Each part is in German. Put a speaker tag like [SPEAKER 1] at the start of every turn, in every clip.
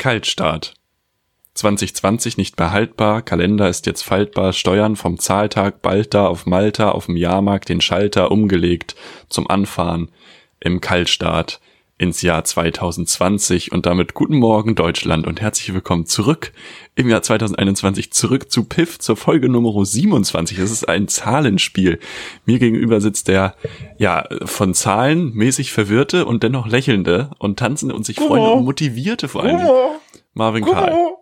[SPEAKER 1] Kaltstart. 2020 nicht behaltbar, Kalender ist jetzt faltbar, Steuern vom Zahltag bald da auf Malta, auf dem Jahrmarkt den Schalter umgelegt zum Anfahren im Kaltstart ins Jahr 2020 und damit guten Morgen Deutschland und herzlich willkommen zurück im Jahr 2021 zurück zu Piff zur Folge Nummer 27. Das ist ein Zahlenspiel. Mir gegenüber sitzt der ja von Zahlen mäßig verwirrte und dennoch lächelnde und tanzende und sich freunde und motivierte vor allem
[SPEAKER 2] Gummo,
[SPEAKER 1] Marvin Karl.
[SPEAKER 2] Gummo,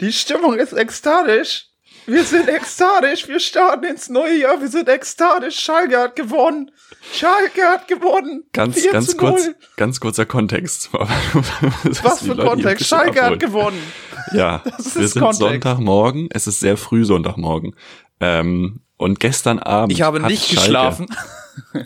[SPEAKER 2] die Stimmung ist ekstatisch. Wir sind ekstatisch, wir starten ins neue Jahr, wir sind ekstatisch. Schalke hat gewonnen. Schalke hat gewonnen.
[SPEAKER 1] Ganz,
[SPEAKER 2] 4
[SPEAKER 1] ganz
[SPEAKER 2] zu
[SPEAKER 1] kurz,
[SPEAKER 2] 0.
[SPEAKER 1] ganz kurzer Kontext. Was
[SPEAKER 2] Was für Kontext? Schalke hat gewonnen.
[SPEAKER 1] Ja,
[SPEAKER 2] Das
[SPEAKER 1] wir
[SPEAKER 2] ist
[SPEAKER 1] sind
[SPEAKER 2] Kontext.
[SPEAKER 1] Sonntagmorgen. Es ist sehr früh Sonntagmorgen. Ähm, und gestern Abend.
[SPEAKER 3] Ich habe
[SPEAKER 1] hat
[SPEAKER 3] nicht
[SPEAKER 1] Schalke
[SPEAKER 3] geschlafen.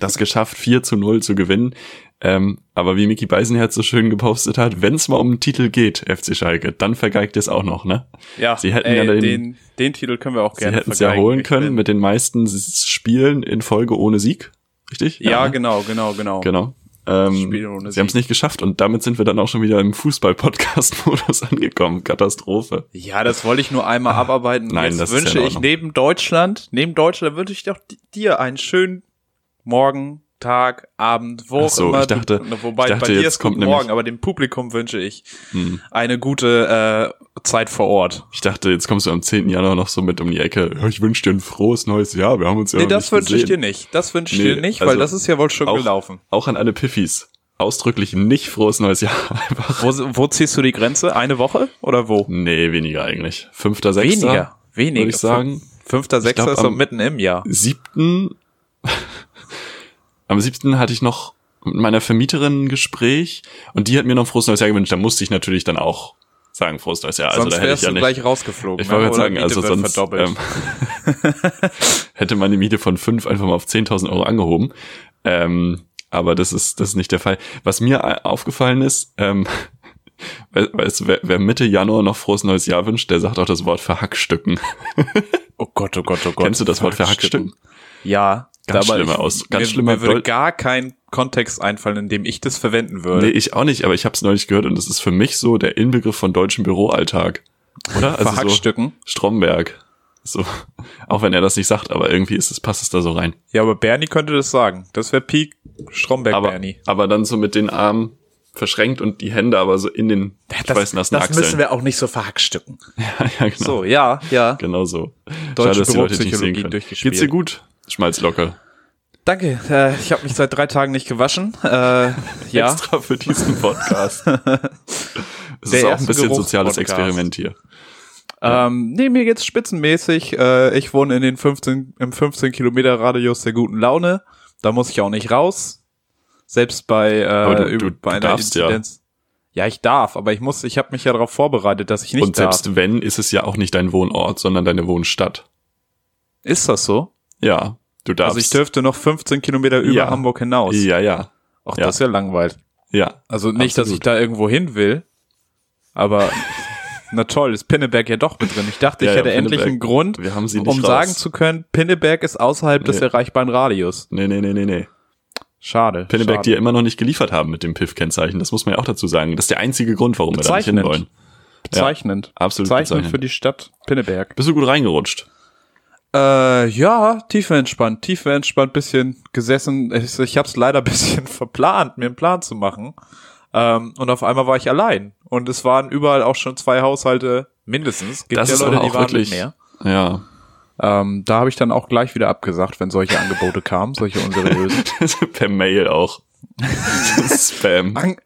[SPEAKER 1] Das geschafft, 4 zu 0 zu gewinnen. Ähm, aber wie Mickey Beisenherz so schön gepostet hat, wenn es mal um den Titel geht, FC Schalke, dann vergeigt es auch noch, ne?
[SPEAKER 3] Ja,
[SPEAKER 1] Sie hätten
[SPEAKER 3] ey,
[SPEAKER 1] ja den-
[SPEAKER 3] den, den, Titel können wir auch
[SPEAKER 1] Sie
[SPEAKER 3] gerne
[SPEAKER 1] hätten es ja
[SPEAKER 3] vergeigen.
[SPEAKER 1] holen
[SPEAKER 3] Ich
[SPEAKER 1] können
[SPEAKER 3] bin-
[SPEAKER 1] mit den meisten S- Spielen in Folge ohne Sieg. Richtig?
[SPEAKER 3] ja,
[SPEAKER 1] ne?
[SPEAKER 3] genau, genau, genau.
[SPEAKER 1] Genau. Ähm,
[SPEAKER 3] Spiel ohne
[SPEAKER 1] sie haben es
[SPEAKER 3] Sieg.
[SPEAKER 1] nicht geschafft und damit sind wir dann auch schon wieder im Fußball-Podcast-Modus angekommen. Katastrophe.
[SPEAKER 3] Ja, das wollte ich nur einmal abarbeiten.
[SPEAKER 1] Ah, Nein,
[SPEAKER 3] Jetzt
[SPEAKER 1] das ist ja in
[SPEAKER 3] wünsche ich
[SPEAKER 1] Ordnung.
[SPEAKER 3] neben Deutschland, neben Deutschland wünsche ich doch di- dir einen schönen Morgen, Tag, Abend, wo
[SPEAKER 1] Ach so,
[SPEAKER 3] auch immer.
[SPEAKER 1] ich dachte-
[SPEAKER 3] du, wobei
[SPEAKER 1] ich dachte,
[SPEAKER 3] bei dir
[SPEAKER 1] jetzt
[SPEAKER 3] ist guten
[SPEAKER 1] kommt nämlich-
[SPEAKER 3] Morgen, aber dem Publikum wünsche ich
[SPEAKER 1] Hm.
[SPEAKER 3] eine gute äh, Zeit vor Ort.
[SPEAKER 1] Ich dachte, jetzt kommst du am 10. Januar noch so mit um die Ecke. Ja, Ich wünsche dir ein frohes neues Jahr. Wir haben uns ja
[SPEAKER 3] Nee,
[SPEAKER 1] noch
[SPEAKER 3] das
[SPEAKER 1] nicht
[SPEAKER 3] wünsche ich dir
[SPEAKER 1] gesehen.
[SPEAKER 3] nicht. Das wünsche ich
[SPEAKER 1] Nee,
[SPEAKER 3] dir nicht,
[SPEAKER 1] also
[SPEAKER 3] weil das ist ja wohl schon
[SPEAKER 1] auch-
[SPEAKER 3] gelaufen.
[SPEAKER 1] Auch an alle Piffis. Ausdrücklich nicht frohes neues Jahr. Einfach.
[SPEAKER 3] Wo, wo ziehst du die Grenze? Eine Woche oder wo?
[SPEAKER 1] Nee, weniger eigentlich. Fünfter, sechster.
[SPEAKER 3] Weniger, weniger.
[SPEAKER 1] Würde ich sagen.
[SPEAKER 3] Fünfter, sechster
[SPEAKER 1] glaub,
[SPEAKER 3] ist doch
[SPEAKER 1] am-
[SPEAKER 3] mitten im Jahr.
[SPEAKER 1] Siebten. Am siebten hatte ich noch mit meiner Vermieterin ein Gespräch und die hat mir noch ein frohes neues Jahr gewünscht. Da musste ich natürlich dann auch sagen, frohes neues Jahr. Also
[SPEAKER 3] sonst
[SPEAKER 1] da hätte ich
[SPEAKER 3] wärst
[SPEAKER 1] ja
[SPEAKER 3] du
[SPEAKER 1] nicht.
[SPEAKER 3] gleich rausgeflogen.
[SPEAKER 1] Ich wollte
[SPEAKER 3] ne?
[SPEAKER 1] gerade
[SPEAKER 3] Oder
[SPEAKER 1] sagen,
[SPEAKER 3] Miete
[SPEAKER 1] also
[SPEAKER 3] wird
[SPEAKER 1] sonst
[SPEAKER 3] verdoppelt.
[SPEAKER 1] ähm, hätte man die Miete von 5 einfach mal auf 10.000 Euro angehoben. Ähm, aber das ist, das ist nicht der Fall. Was mir a- aufgefallen ist, ähm, we- weißt, du, wer, wer Mitte Januar noch frohes neues Jahr wünscht, der sagt auch das Wort Verhackstücken.
[SPEAKER 3] oh Gott, oh Gott, oh Gott.
[SPEAKER 1] Kennst du das Wort Verhackstücken?
[SPEAKER 3] Ja.
[SPEAKER 1] Ganz
[SPEAKER 3] aber
[SPEAKER 1] schlimme
[SPEAKER 3] ich-
[SPEAKER 1] Aus- ganz
[SPEAKER 3] mir,
[SPEAKER 1] schlimmer
[SPEAKER 3] mir würde
[SPEAKER 1] Deut-
[SPEAKER 3] gar kein Kontext einfallen, in dem ich das verwenden würde.
[SPEAKER 1] Nee, ich auch nicht, aber ich habe es neulich gehört und das ist für mich so der Inbegriff von deutschem Büroalltag. Oder? Also so
[SPEAKER 3] Verhackstücken.
[SPEAKER 1] Stromberg. So, auch wenn er das nicht sagt, aber irgendwie ist es, passt es da so rein.
[SPEAKER 3] Ja, aber Bernie könnte das sagen. Das wäre Peak
[SPEAKER 1] aber,
[SPEAKER 3] Stromberg-Bernie.
[SPEAKER 1] aber dann so mit den Armen verschränkt und die Hände aber so in den schweißnassen Achseln.
[SPEAKER 3] wir auch nicht so verhackstücken.
[SPEAKER 1] ja, genau,
[SPEAKER 3] So, ja, ja.
[SPEAKER 1] genau so.
[SPEAKER 3] Deutsche
[SPEAKER 1] dass die Leute das nicht
[SPEAKER 3] Büropsychologie
[SPEAKER 1] sehen können.
[SPEAKER 3] durchgespielt.
[SPEAKER 1] Geht's dir gut, Schmalzlocke?
[SPEAKER 3] Danke. Äh, ich habe mich seit drei Tagen nicht gewaschen. Äh, ja.
[SPEAKER 1] Extra für diesen Podcast. Es ist auch ein
[SPEAKER 3] erste
[SPEAKER 1] bisschen soziales
[SPEAKER 3] Geruchspodcast.
[SPEAKER 1] Experiment hier.
[SPEAKER 3] Ähm, nee, mir geht's spitzenmäßig. Äh, ich wohne in den 15, im 15 Kilometer Radius der guten Laune. Da muss ich auch nicht raus. Selbst bei, äh,
[SPEAKER 1] du-
[SPEAKER 3] üb-
[SPEAKER 1] du- du
[SPEAKER 3] bei einer
[SPEAKER 1] darfst ja.
[SPEAKER 3] Inzidenz. Ja. ich darf, aber ich muss, ich habe mich ja darauf vorbereitet, dass ich nicht
[SPEAKER 1] und
[SPEAKER 3] darf.
[SPEAKER 1] selbst wenn, ist es ja auch nicht dein Wohnort, sondern deine Wohnstadt.
[SPEAKER 3] Ist das so?
[SPEAKER 1] Ja, du darfst.
[SPEAKER 3] Also ich dürfte noch 15 Kilometer über
[SPEAKER 1] Ja.
[SPEAKER 3] Hamburg hinaus.
[SPEAKER 1] Ja, ja,
[SPEAKER 3] Auch
[SPEAKER 1] Ja.
[SPEAKER 3] das ist ja langweilig.
[SPEAKER 1] ja.
[SPEAKER 3] Also nicht, dass ich
[SPEAKER 1] Absolut.
[SPEAKER 3] da irgendwo hin will, aber na toll, ist Pinneberg ja doch mit drin. Ich dachte,
[SPEAKER 1] Ja,
[SPEAKER 3] ich
[SPEAKER 1] ja,
[SPEAKER 3] hätte endlich
[SPEAKER 1] Pinneberg.
[SPEAKER 3] einen Grund,
[SPEAKER 1] Wir haben sie nicht
[SPEAKER 3] um
[SPEAKER 1] raus.
[SPEAKER 3] sagen zu können, Pinneberg ist außerhalb des
[SPEAKER 1] Nee.
[SPEAKER 3] erreichbaren Radius.
[SPEAKER 1] Nee, nee, nee, nee, nee.
[SPEAKER 3] Schade.
[SPEAKER 1] Pinneberg, die
[SPEAKER 3] schade.
[SPEAKER 1] ja immer noch nicht geliefert haben mit dem PIF-Kennzeichen. Das muss man ja auch dazu sagen. Das ist der einzige Grund, warum wir da nicht hin
[SPEAKER 3] Bezeichnend.
[SPEAKER 1] wollen.
[SPEAKER 3] Bezeichnend.
[SPEAKER 1] Absolut
[SPEAKER 3] Bezeichnend
[SPEAKER 1] bezeichnend.
[SPEAKER 3] für die Stadt Pinneberg.
[SPEAKER 1] Bist du gut reingerutscht?
[SPEAKER 3] Äh, ja, tiefer entspannt, tiefer entspannt, bisschen gesessen. Ich, ich hab's leider ein bisschen verplant, mir einen Plan zu machen. Ähm, und auf einmal war ich allein. Und es waren überall auch schon zwei Haushalte mindestens. Gibt
[SPEAKER 1] Das
[SPEAKER 3] ja
[SPEAKER 1] ist
[SPEAKER 3] Leute,
[SPEAKER 1] aber
[SPEAKER 3] die
[SPEAKER 1] auch
[SPEAKER 3] waren mit
[SPEAKER 1] wirklich-
[SPEAKER 3] mehr.
[SPEAKER 1] Ja.
[SPEAKER 3] Ähm, da habe ich dann auch gleich wieder abgesagt, wenn solche Angebote kamen, solche unseriösen.
[SPEAKER 1] per Mail auch. Spam.
[SPEAKER 3] An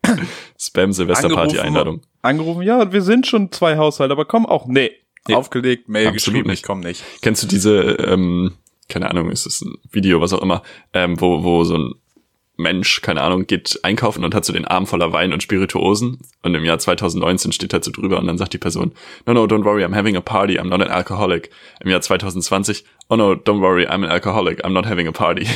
[SPEAKER 1] Spam Silvesterparty-Einladung.
[SPEAKER 3] Angerufen, ja, wir sind schon zwei Haushalte, aber komm auch. Nee.
[SPEAKER 1] Nee.
[SPEAKER 3] Aufgelegt, Mail
[SPEAKER 1] Absolut
[SPEAKER 3] geschrieben,
[SPEAKER 1] nicht.
[SPEAKER 3] ich komm nicht.
[SPEAKER 1] Kennst du diese, ähm, keine Ahnung, ist es ein Video, was auch immer, ähm, wo, wo so ein Mensch, keine Ahnung, geht einkaufen und hat so den Arm voller Wein und Spirituosen und im Jahr 2019 steht halt so drüber und dann sagt die Person, no, no, don't worry, I'm having a party, I'm not an alcoholic. Im Jahr 2020, oh no, don't worry, I'm an alcoholic, I'm not having a party.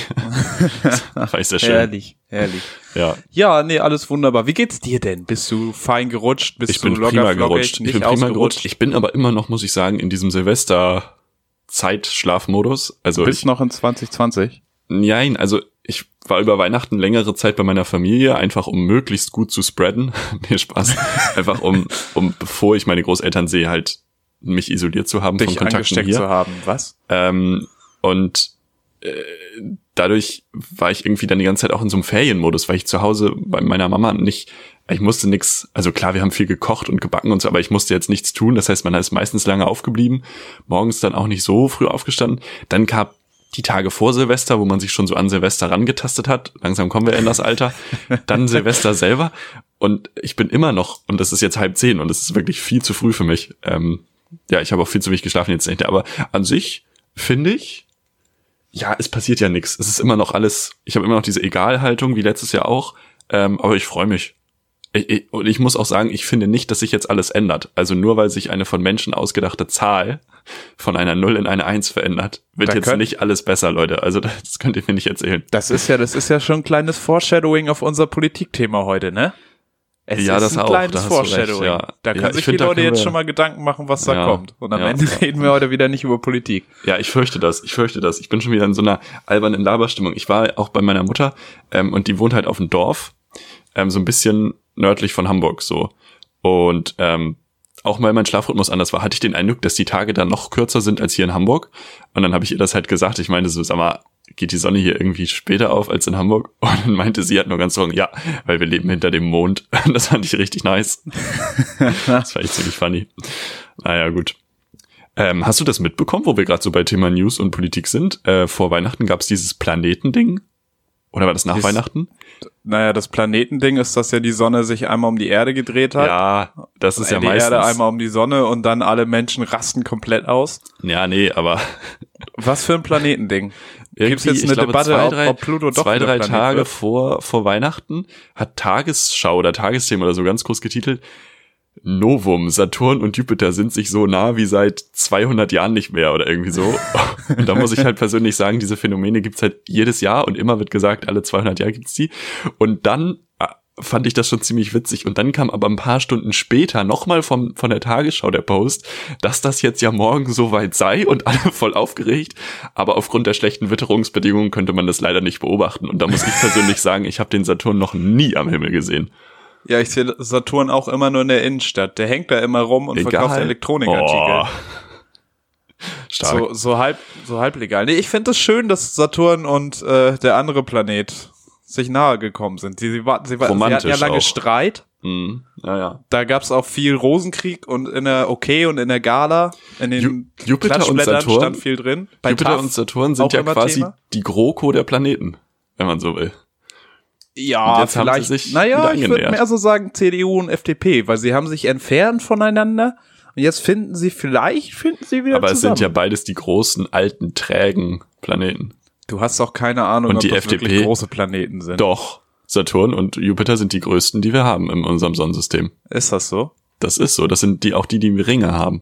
[SPEAKER 1] das fand ich sehr schön.
[SPEAKER 3] Herrlich, herrlich.
[SPEAKER 1] Ja.
[SPEAKER 3] Ja, nee, alles wunderbar. Wie geht's dir denn? Bist du fein gerutscht? Bist
[SPEAKER 1] Ich
[SPEAKER 3] du
[SPEAKER 1] bin
[SPEAKER 3] locker
[SPEAKER 1] prima
[SPEAKER 3] flockig,
[SPEAKER 1] gerutscht. Ich
[SPEAKER 3] nicht
[SPEAKER 1] bin prima
[SPEAKER 3] ausgerutscht?
[SPEAKER 1] gerutscht. Ich bin aber immer noch, muss ich sagen, in diesem Silvester Zeitschlafmodus. Also
[SPEAKER 3] Bist
[SPEAKER 1] ich,
[SPEAKER 3] noch in 2020?
[SPEAKER 1] nein, also ich war über Weihnachten längere Zeit bei meiner Familie, einfach um möglichst gut zu spreaden. nee, Spaß. Einfach um, um, bevor ich meine Großeltern sehe, halt mich isoliert zu haben
[SPEAKER 3] dich angesteckt zu haben. Was?
[SPEAKER 1] ähm, und äh, dadurch war ich irgendwie dann die ganze Zeit auch in so einem Ferienmodus, weil ich zu Hause bei meiner Mama nicht, ich musste nix, also klar, wir haben viel gekocht und gebacken und so, aber ich musste jetzt nichts tun. Das heißt, man ist meistens lange aufgeblieben, morgens dann auch nicht so früh aufgestanden. Dann gab die Tage vor Silvester, wo man sich schon so an Silvester rangetastet hat. Langsam kommen wir in das Alter. Dann Silvester selber. Und ich bin immer noch, und das ist jetzt halb zehn und das ist wirklich viel zu früh für mich. Ähm, ja, ich habe auch viel zu wenig geschlafen jetzt nicht. Aber an sich finde ich, ja, es passiert ja nichts. Es ist immer noch alles, ich habe immer noch diese Egalhaltung, wie letztes Jahr auch. Ähm, aber ich freue mich. Ich, ich, und ich muss auch sagen, ich finde nicht, dass sich jetzt alles ändert. Also nur weil sich eine von Menschen ausgedachte Zahl von einer Null in eine Eins verändert, wird
[SPEAKER 3] Da
[SPEAKER 1] jetzt
[SPEAKER 3] könnt-
[SPEAKER 1] nicht alles besser, Leute. Also das könnt ihr mir nicht erzählen.
[SPEAKER 3] Das ist ja, das ist ja schon ein kleines Foreshadowing auf unser Politikthema heute, ne? Es
[SPEAKER 1] Ja,
[SPEAKER 3] ist
[SPEAKER 1] das
[SPEAKER 3] ein
[SPEAKER 1] auch,
[SPEAKER 3] kleines
[SPEAKER 1] da hast du recht,
[SPEAKER 3] Foreshadowing.
[SPEAKER 1] ja.
[SPEAKER 3] Da können
[SPEAKER 1] Ja, ich
[SPEAKER 3] sich
[SPEAKER 1] find,
[SPEAKER 3] die
[SPEAKER 1] da
[SPEAKER 3] Leute
[SPEAKER 1] können
[SPEAKER 3] jetzt
[SPEAKER 1] wir-
[SPEAKER 3] schon mal Gedanken machen, was
[SPEAKER 1] Ja,
[SPEAKER 3] da kommt. Und am
[SPEAKER 1] ja.
[SPEAKER 3] Ende reden wir heute wieder nicht über Politik.
[SPEAKER 1] Ja, ich fürchte das. Ich fürchte das. Ich bin schon wieder in so einer albernen Laberstimmung. Ich war auch bei meiner Mutter ähm, und die wohnt halt auf dem Dorf, ähm, so ein bisschen nördlich von Hamburg so. Und ähm, auch weil mein Schlafrhythmus anders war, hatte ich den Eindruck, dass die Tage dann noch kürzer sind als hier in Hamburg. Und dann habe ich ihr das halt gesagt. Ich meinte so, sag mal, geht die Sonne hier irgendwie später auf als in Hamburg? Und dann meinte sie halt nur ganz trocken, ja, weil wir leben hinter dem Mond. Und das fand ich richtig nice. das war echt ziemlich funny. Naja, gut. Ähm, hast du das mitbekommen, wo wir gerade so bei Thema News und Politik sind? Äh, vor Weihnachten gab's dieses Planetending? Oder war das nach
[SPEAKER 3] Ist-
[SPEAKER 1] Weihnachten?
[SPEAKER 3] Naja, das Planetending ist, dass ja die Sonne sich einmal um die Erde gedreht hat.
[SPEAKER 1] Ja, das ist ja
[SPEAKER 3] die
[SPEAKER 1] meistens.
[SPEAKER 3] Erde einmal um die Sonne und dann alle Menschen rasten komplett aus.
[SPEAKER 1] ja, nee, aber
[SPEAKER 3] Was für ein Planetending. Gibt's
[SPEAKER 1] irgendwie,
[SPEAKER 3] jetzt eine
[SPEAKER 1] ich glaube,
[SPEAKER 3] Debatte,
[SPEAKER 1] zwei,
[SPEAKER 3] ob-
[SPEAKER 1] drei,
[SPEAKER 3] ob Pluto doch
[SPEAKER 1] zwei,
[SPEAKER 3] wieder
[SPEAKER 1] drei
[SPEAKER 3] Planet
[SPEAKER 1] Tage
[SPEAKER 3] wird?
[SPEAKER 1] vor, vor Weihnachten hat Tagesschau oder Tagesthemen oder so ganz groß getitelt, Novum, Saturn und Jupiter sind sich so nah wie seit 200 Jahren nicht mehr oder irgendwie so. Und da muss ich halt persönlich sagen, diese Phänomene gibt's halt jedes Jahr und immer wird gesagt, alle 200 Jahre gibt's die. Und dann ah, fand ich das schon ziemlich witzig. Und dann kam aber ein paar Stunden später nochmal vom, von der Tagesschau der Post, dass das jetzt ja morgen soweit sei und alle voll aufgeregt. Aber aufgrund der schlechten Witterungsbedingungen könnte man das leider nicht beobachten. Und da muss ich persönlich sagen, ich habe den Saturn noch nie am Himmel gesehen.
[SPEAKER 3] Ja, ich sehe Saturn auch immer nur in der Innenstadt. Der hängt da immer rum und verkauft Elektronikartikel.
[SPEAKER 1] Oh. Stark.
[SPEAKER 3] So, so halb, so halblegal. Nee, ich finde es das schön, dass Saturn und äh, der andere Planet sich nahe gekommen sind. Sie, sie, war- sie, war- sie hatten ja
[SPEAKER 1] Romantisch
[SPEAKER 3] lange
[SPEAKER 1] auch.
[SPEAKER 3] Streit.
[SPEAKER 1] Mhm. Ja, ja.
[SPEAKER 3] Da gab's auch viel Rosenkrieg und in der Okay und in der Gala. In den
[SPEAKER 1] Ju- Jupiter und
[SPEAKER 3] Klatschblättern
[SPEAKER 1] Saturn-
[SPEAKER 3] stand viel drin. Bei
[SPEAKER 1] Jupiter
[SPEAKER 3] TAF
[SPEAKER 1] und Saturn sind
[SPEAKER 3] auch
[SPEAKER 1] ja
[SPEAKER 3] immer
[SPEAKER 1] quasi
[SPEAKER 3] Thema.
[SPEAKER 1] die GroKo der Planeten, wenn man so will.
[SPEAKER 3] Ja,
[SPEAKER 1] Und jetzt haben sie
[SPEAKER 3] vielleicht.
[SPEAKER 1] sich wieder
[SPEAKER 3] naja, ich würde
[SPEAKER 1] angenähert.
[SPEAKER 3] mehr so sagen CDU und FDP, weil sie haben sich entfernt voneinander und jetzt finden sie vielleicht finden sie wieder
[SPEAKER 1] Aber es
[SPEAKER 3] zusammen.
[SPEAKER 1] sind ja beides die großen, alten, trägen Planeten.
[SPEAKER 3] du hast auch keine Ahnung,
[SPEAKER 1] Und die
[SPEAKER 3] ob das
[SPEAKER 1] FDP?
[SPEAKER 3] wirklich große Planeten sind.
[SPEAKER 1] Doch, Saturn und Jupiter sind die größten, die wir haben in unserem Sonnensystem.
[SPEAKER 3] Ist das so?
[SPEAKER 1] Das ist so. Das sind die auch die, die Ringe haben.